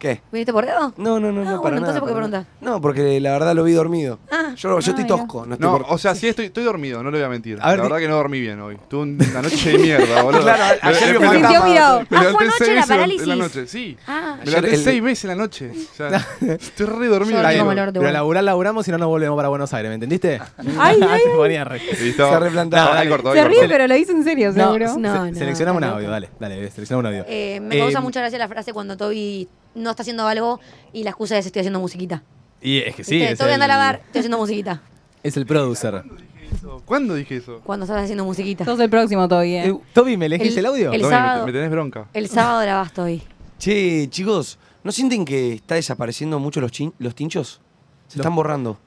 ¿Qué? ¿Viniste porreado? No, no, no, no, para Ah, bueno, nada. entonces, ¿por qué para nada. preguntás? No, porque la verdad lo vi dormido. Ah, Yo, yo Ah, estoy mira. tosco, no estoy No, por- o sea, sí estoy, estoy dormido, no le voy a mentir. A ver, la di- verdad que no dormí bien hoy. Tuve un- una noche de mierda, boludo. Claro, a- ayer Me- vio me- fantasma. me- Sintió mirado. me Ah, levanté fue anoche seis la veces en- parálisis. En la noche, sí. ah. Me levanté Ayer el- seis veces en la noche. O sea, estoy re dormido. Yo Está bien, como el boludo. orto, Pero bueno. laburar, laburamos y no nos volvemos para Buenos Aires, ¿me entendiste? Ay, ay, Te ponía re- Listo. Se replantaba. No, ahí cortó, ahí Se ríe, cortó. pero lo dice en serio, seguro. No, Se- no, seleccionamos un está audio, loco. dale, dale, seleccionamos un audio. Eh, me causa Eh, mucha gracia la frase cuando Toby no está haciendo algo y la excusa es estoy haciendo musiquita. Y es que sí, Viste, es Toby anda a el- lavar, estoy haciendo musiquita. Es el producer. ¿Cuándo dije eso? Cuando estás haciendo musiquita. Sos el próximo todavía. Eh, Toby, ¿me elegís el, El- audio? el- Tommy, sábado- me, me tenés bronca. El sábado lavás, Toby. Che, chicos, ¿no sienten que está desapareciendo mucho los, chin- los tinchos? Se están borrando.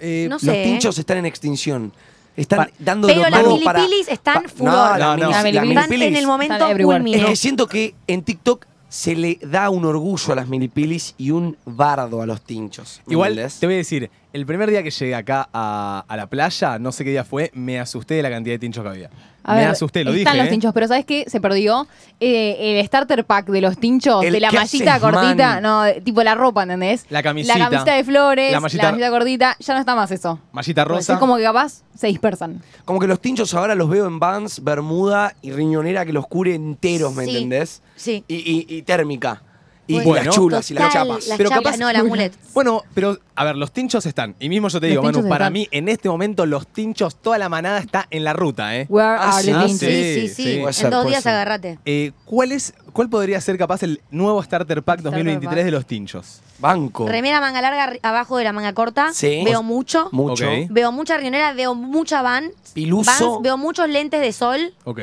Eh, No sé. Los tinchos están en extinción. Están Pa- dando Pero los las nuevos para... milipilis están pa- furor. No, No, no, no. las Las milipilis- Están en el momento Están everywhere. Es culmine. que siento que en TikTok se le da un orgullo a las milipilis y un bardo a los tinchos. ¿me Igual entendés? te voy a decir, el primer día que llegué acá a, a la playa, no sé qué día fue, me asusté de la cantidad de tinchos que había. A me ver, asusté, lo dije. Están los ¿eh? tinchos, pero ¿sabes qué? Se perdió eh, el starter pack de los tinchos, El de la ¿qué mallita haces, cortita, man? no, de- tipo la ropa, ¿entendés? La camisita. La camisita de flores, La la mallita- mallita, gordita, ya no está más eso. Mallita rosa. Pues Es como que capaz se dispersan. Como que los tinchos ahora los veo en Vans, Bermuda y riñonera que los cure enteros, ¿me Sí. entendés? Sí. Y, y- y térmica. Y, Bueno. las chulas y las Total, chapas. las Pero chapas, capaz- no, las mulet. Bueno, pero a ver, los tinchos están. Y mismo yo te Los digo, Manu, tinchos para están. mí en este momento los tinchos, toda la manada está en la ruta, ¿eh? Where Ah, are sí. the Ah, tinchos? sí, Sí, sí, sí. sí. Puede ser, En dos puede días ser. agarrate. Eh, ¿cuál, es, ¿Cuál podría ser capaz el nuevo Starter Pack Starter 2023 de los tinchos? Banco. Remera manga larga ri- abajo de la manga corta. Sí. Veo mucho. Mucho. Ok. Veo mucha riñonera, veo mucha van. Piluso. Vans, veo muchos lentes de sol. Ok.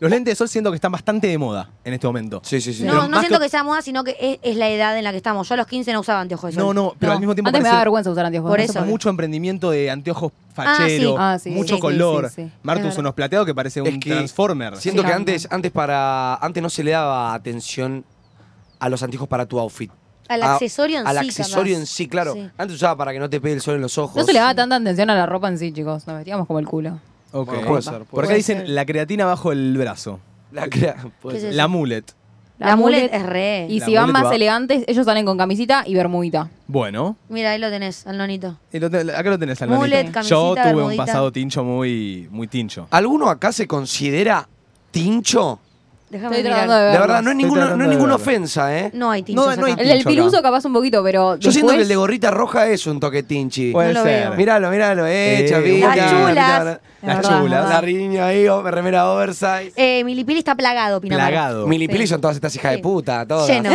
Los lentes de sol siento que están bastante de moda en este momento. Sí, sí, sí. Pero No, no más siento que- que sea moda, sino que es, es la edad en la que estamos. Yo a los 15 no usaba anteojos de sol. No, no, pero al mismo tiempo Antes me parece daba vergüenza usar anteojos. Por no sé eso. por qué. mucho emprendimiento de anteojos Ah, sí. fachero, Ah, sí, mucho sí, sí, color. sí, sí. Es Martus verdad. unos plateados que parece un Es que Transformer. Siento Sí, que cambia. antes, antes para. Antes no se le daba atención a los anteojos para tu outfit. Al A- accesorio en Ah, Al sí. accesorio capaz. en sí, claro. Sí. Antes usaba para que no te pegue el sol en los ojos. No se le daba tanta atención a la ropa en sí, chicos. Nos vestíamos como el culo. Ok. Bueno, puede ser, puede Por acá ser. dicen la creatina bajo el brazo. La crea- pues. puede ¿Qué ser. es eso? La mullet. La mulet es re. Y La si van mullet más va- elegantes, ellos salen con camisita y bermudita. Bueno. Mira, ahí lo tenés, al nonito. y lo te- acá lo tenés al Mullet, manito. Yo camisita, tuve un bermudita. pasado tincho muy, muy tincho. ¿Alguno acá se considera tincho? Déjame Estoy tratando mirar. de ver. La verdad, no es Estoy ninguna, no tratando es de ninguna verlo. ofensa, ¿eh? No hay tinchos No, no hay acá. El del Tincho acá. piluso capaz un poquito, pero Yo siento después- que el de gorrita roja es un toque tinchi. Puede lo ser. veo. Míralo, míralo, eh, Eh, chavita. Las chulas. Las La chulas. verdad, la La riña ahí, oh, remera oversize. Eh, Milipili está plagado, Pinamar. Plagado. Milipilis son todas estas hijas de Eh, Sí. puta, todas. Lleno.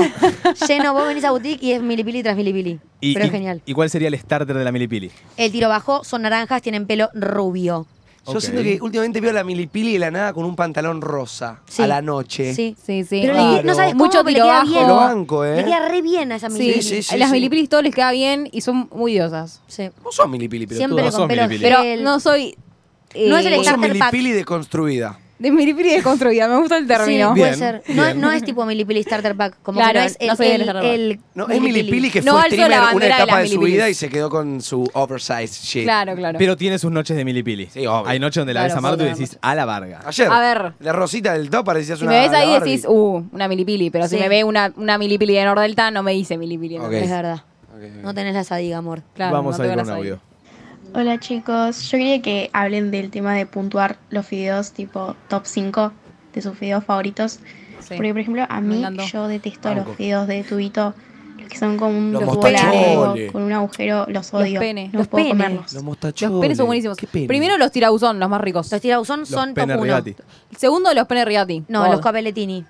Lleno. Vos venís a boutique y es Milipili tras Milipili. Y, Pero y- es genial. ¿Y cuál sería el starter de la milipili? El tiro bajo, son naranjas, tienen pelo rubio. Yo Ok. siento que últimamente veo a la milipili de la nada con un pantalón rosa Sí. a la noche. Sí. Sí, sí. Pero le- Claro. no sabes Mucho cómo, pero le tiro queda bajo. bien. Lo banco, ¿eh? Le queda re bien a esa Sí, Milipili. Sí, sí, sí, las sí. milipilis todo les queda bien y son muy diosas. Sí. Vos sos milipili, pero Siempre no con sos pelo Milipili. Pero gel. eh, no soy. No es el Vos sos Starter pack. milipili deconstruida. De milipili desconstruida, me gusta el término. Sí, puede Bien, ser. No, bien. no es tipo Milipili Starter Pack. Como Claro, que no es el, no soy del el- Starter Pack. el No, es milipili que No fue alzo la streamer una bandera de etapa de, las su milipilis. vida y se quedó con su oversized shit. Claro, claro. Pero tiene sus noches de milipili. Sí, obvio. Hay noches donde la Claro, ves a Martu y obvio, decís, noche. a la varga. Ayer, A ver. la rosita del top parecías si una me ves ahí la Barbie. decís, uh, una milipili. Pero Sí. si me ve una, una milipili de Nordelta, no me dice milipili. ¿no? Ok. Es verdad. Ok, No tenés la sadiga, amor. Claro, Vamos no a ir te con van salir. audio. Hola chicos, yo quería que hablen del tema de puntuar los fideos tipo top 5 de sus fideos favoritos. Sí. Porque por ejemplo, a Me mí encantó. yo detesto Banco. los fideos de tubito, los que son como un Los tubo largo mostacholes. con un agujero, Los los odio. penes. No Los puedo penes. comerlos. Los Los mostachones. penes son buenísimos. Qué pene. Primero los tirabuzón, los más ricos. Los tirabuzón Los son top pene 1. rigati. Segundo, los pene riati. No, God. los capeletini.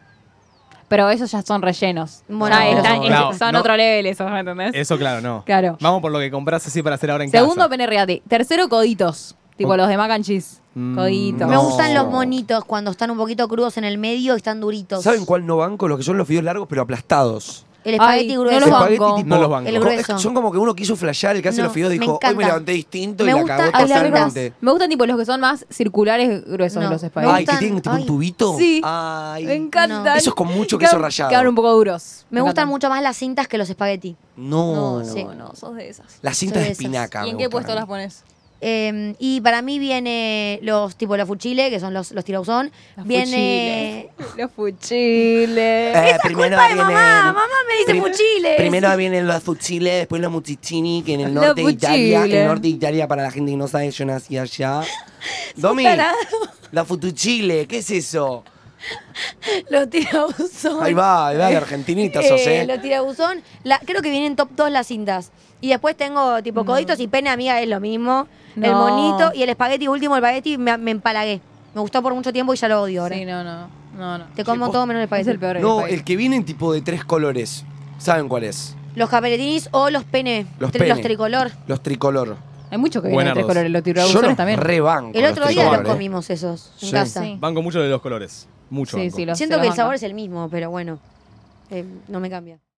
Pero esos ya son rellenos. Bueno, Ya no, están- es- no, son no. otro level esos, ¿me entendés? Eso, claro, no. Claro. Vamos por lo que compras así para hacer ahora en Segundo, casa. pene riati. Tercero, coditos. Tipo Oh. los de mac and cheese. Mm, Coditos. Me No. gustan los monitos cuando están un poquito crudos en el medio y están duritos. ¿Saben cuál no banco? Los que son los fideos largos pero aplastados. El espagueti Ay, no grueso. los banco. Espagueti tipo- No los banco. El grueso. Son como que uno quiso flashear el que hace No, los fideos me dijo, hoy me encanta. levanté distinto Me y la gusta- cagó Ay, la verdad. totalmente. Me gustan tipo los que son más circulares gruesos No, los me espaguetis. Ay, que gustan- tienen tipo un ay. tubito. Sí. Ay. Me encantan. No. Eso es con mucho queso Quedan- rallado. Quedan un poco duros. Me gustan encantan. mucho más las cintas que los espagueti. No, No, no. sí. No, sos de esas. La cinta Soy de de esas. espinaca. ¿Y en Ah, me qué gustan puesto a mí. las pones? Eh, y para mí viene los tipo la fuchile, que son los, los tirauzón. Los Viene. fuchiles. Los fuchiles. Eh, primero culpa de vienen- mamá, mamá Ah, me dice prim- fuchiles. Primero vienen los fuchiles, después los muchichini, que en el Los norte de Italia. En fuchiles. el norte de Italia, para la gente que no sabe, yo nací allá. Domi, tarado. los futuchiles, ¿qué es eso? los tirauzón. Ahí va, ahí va, de argentinita sos, Eh, ¿eh? los tirabuzón. La, creo que vienen top 2 las cintas. Y después tengo Mm. tipo coditos y pene amiga, es lo mismo. El No. monito y el espagueti, último el espagueti, me, me empalagué. Me gustó por mucho tiempo y ya lo odio ahora. Sí, no, no. No, no. Te como todo menos el Es espagueti. el peor. No, espagueti. el que viene en tipo de tres colores. ¿Saben cuál es? Los capeletinis o los pene. Los tri- pene. tricolor. Los tricolor. Hay muchos que Buena vienen de tres dos. colores. Los Yo tiradores los también. rebanco. El los otro día tricolor, los ¿eh? comimos esos en Sí. casa. Sí. Banco mucho de los colores. Mucho. Sí, banco. sí, los- Siento se que el los sabor banco. es el mismo, pero bueno, eh, no me cambia.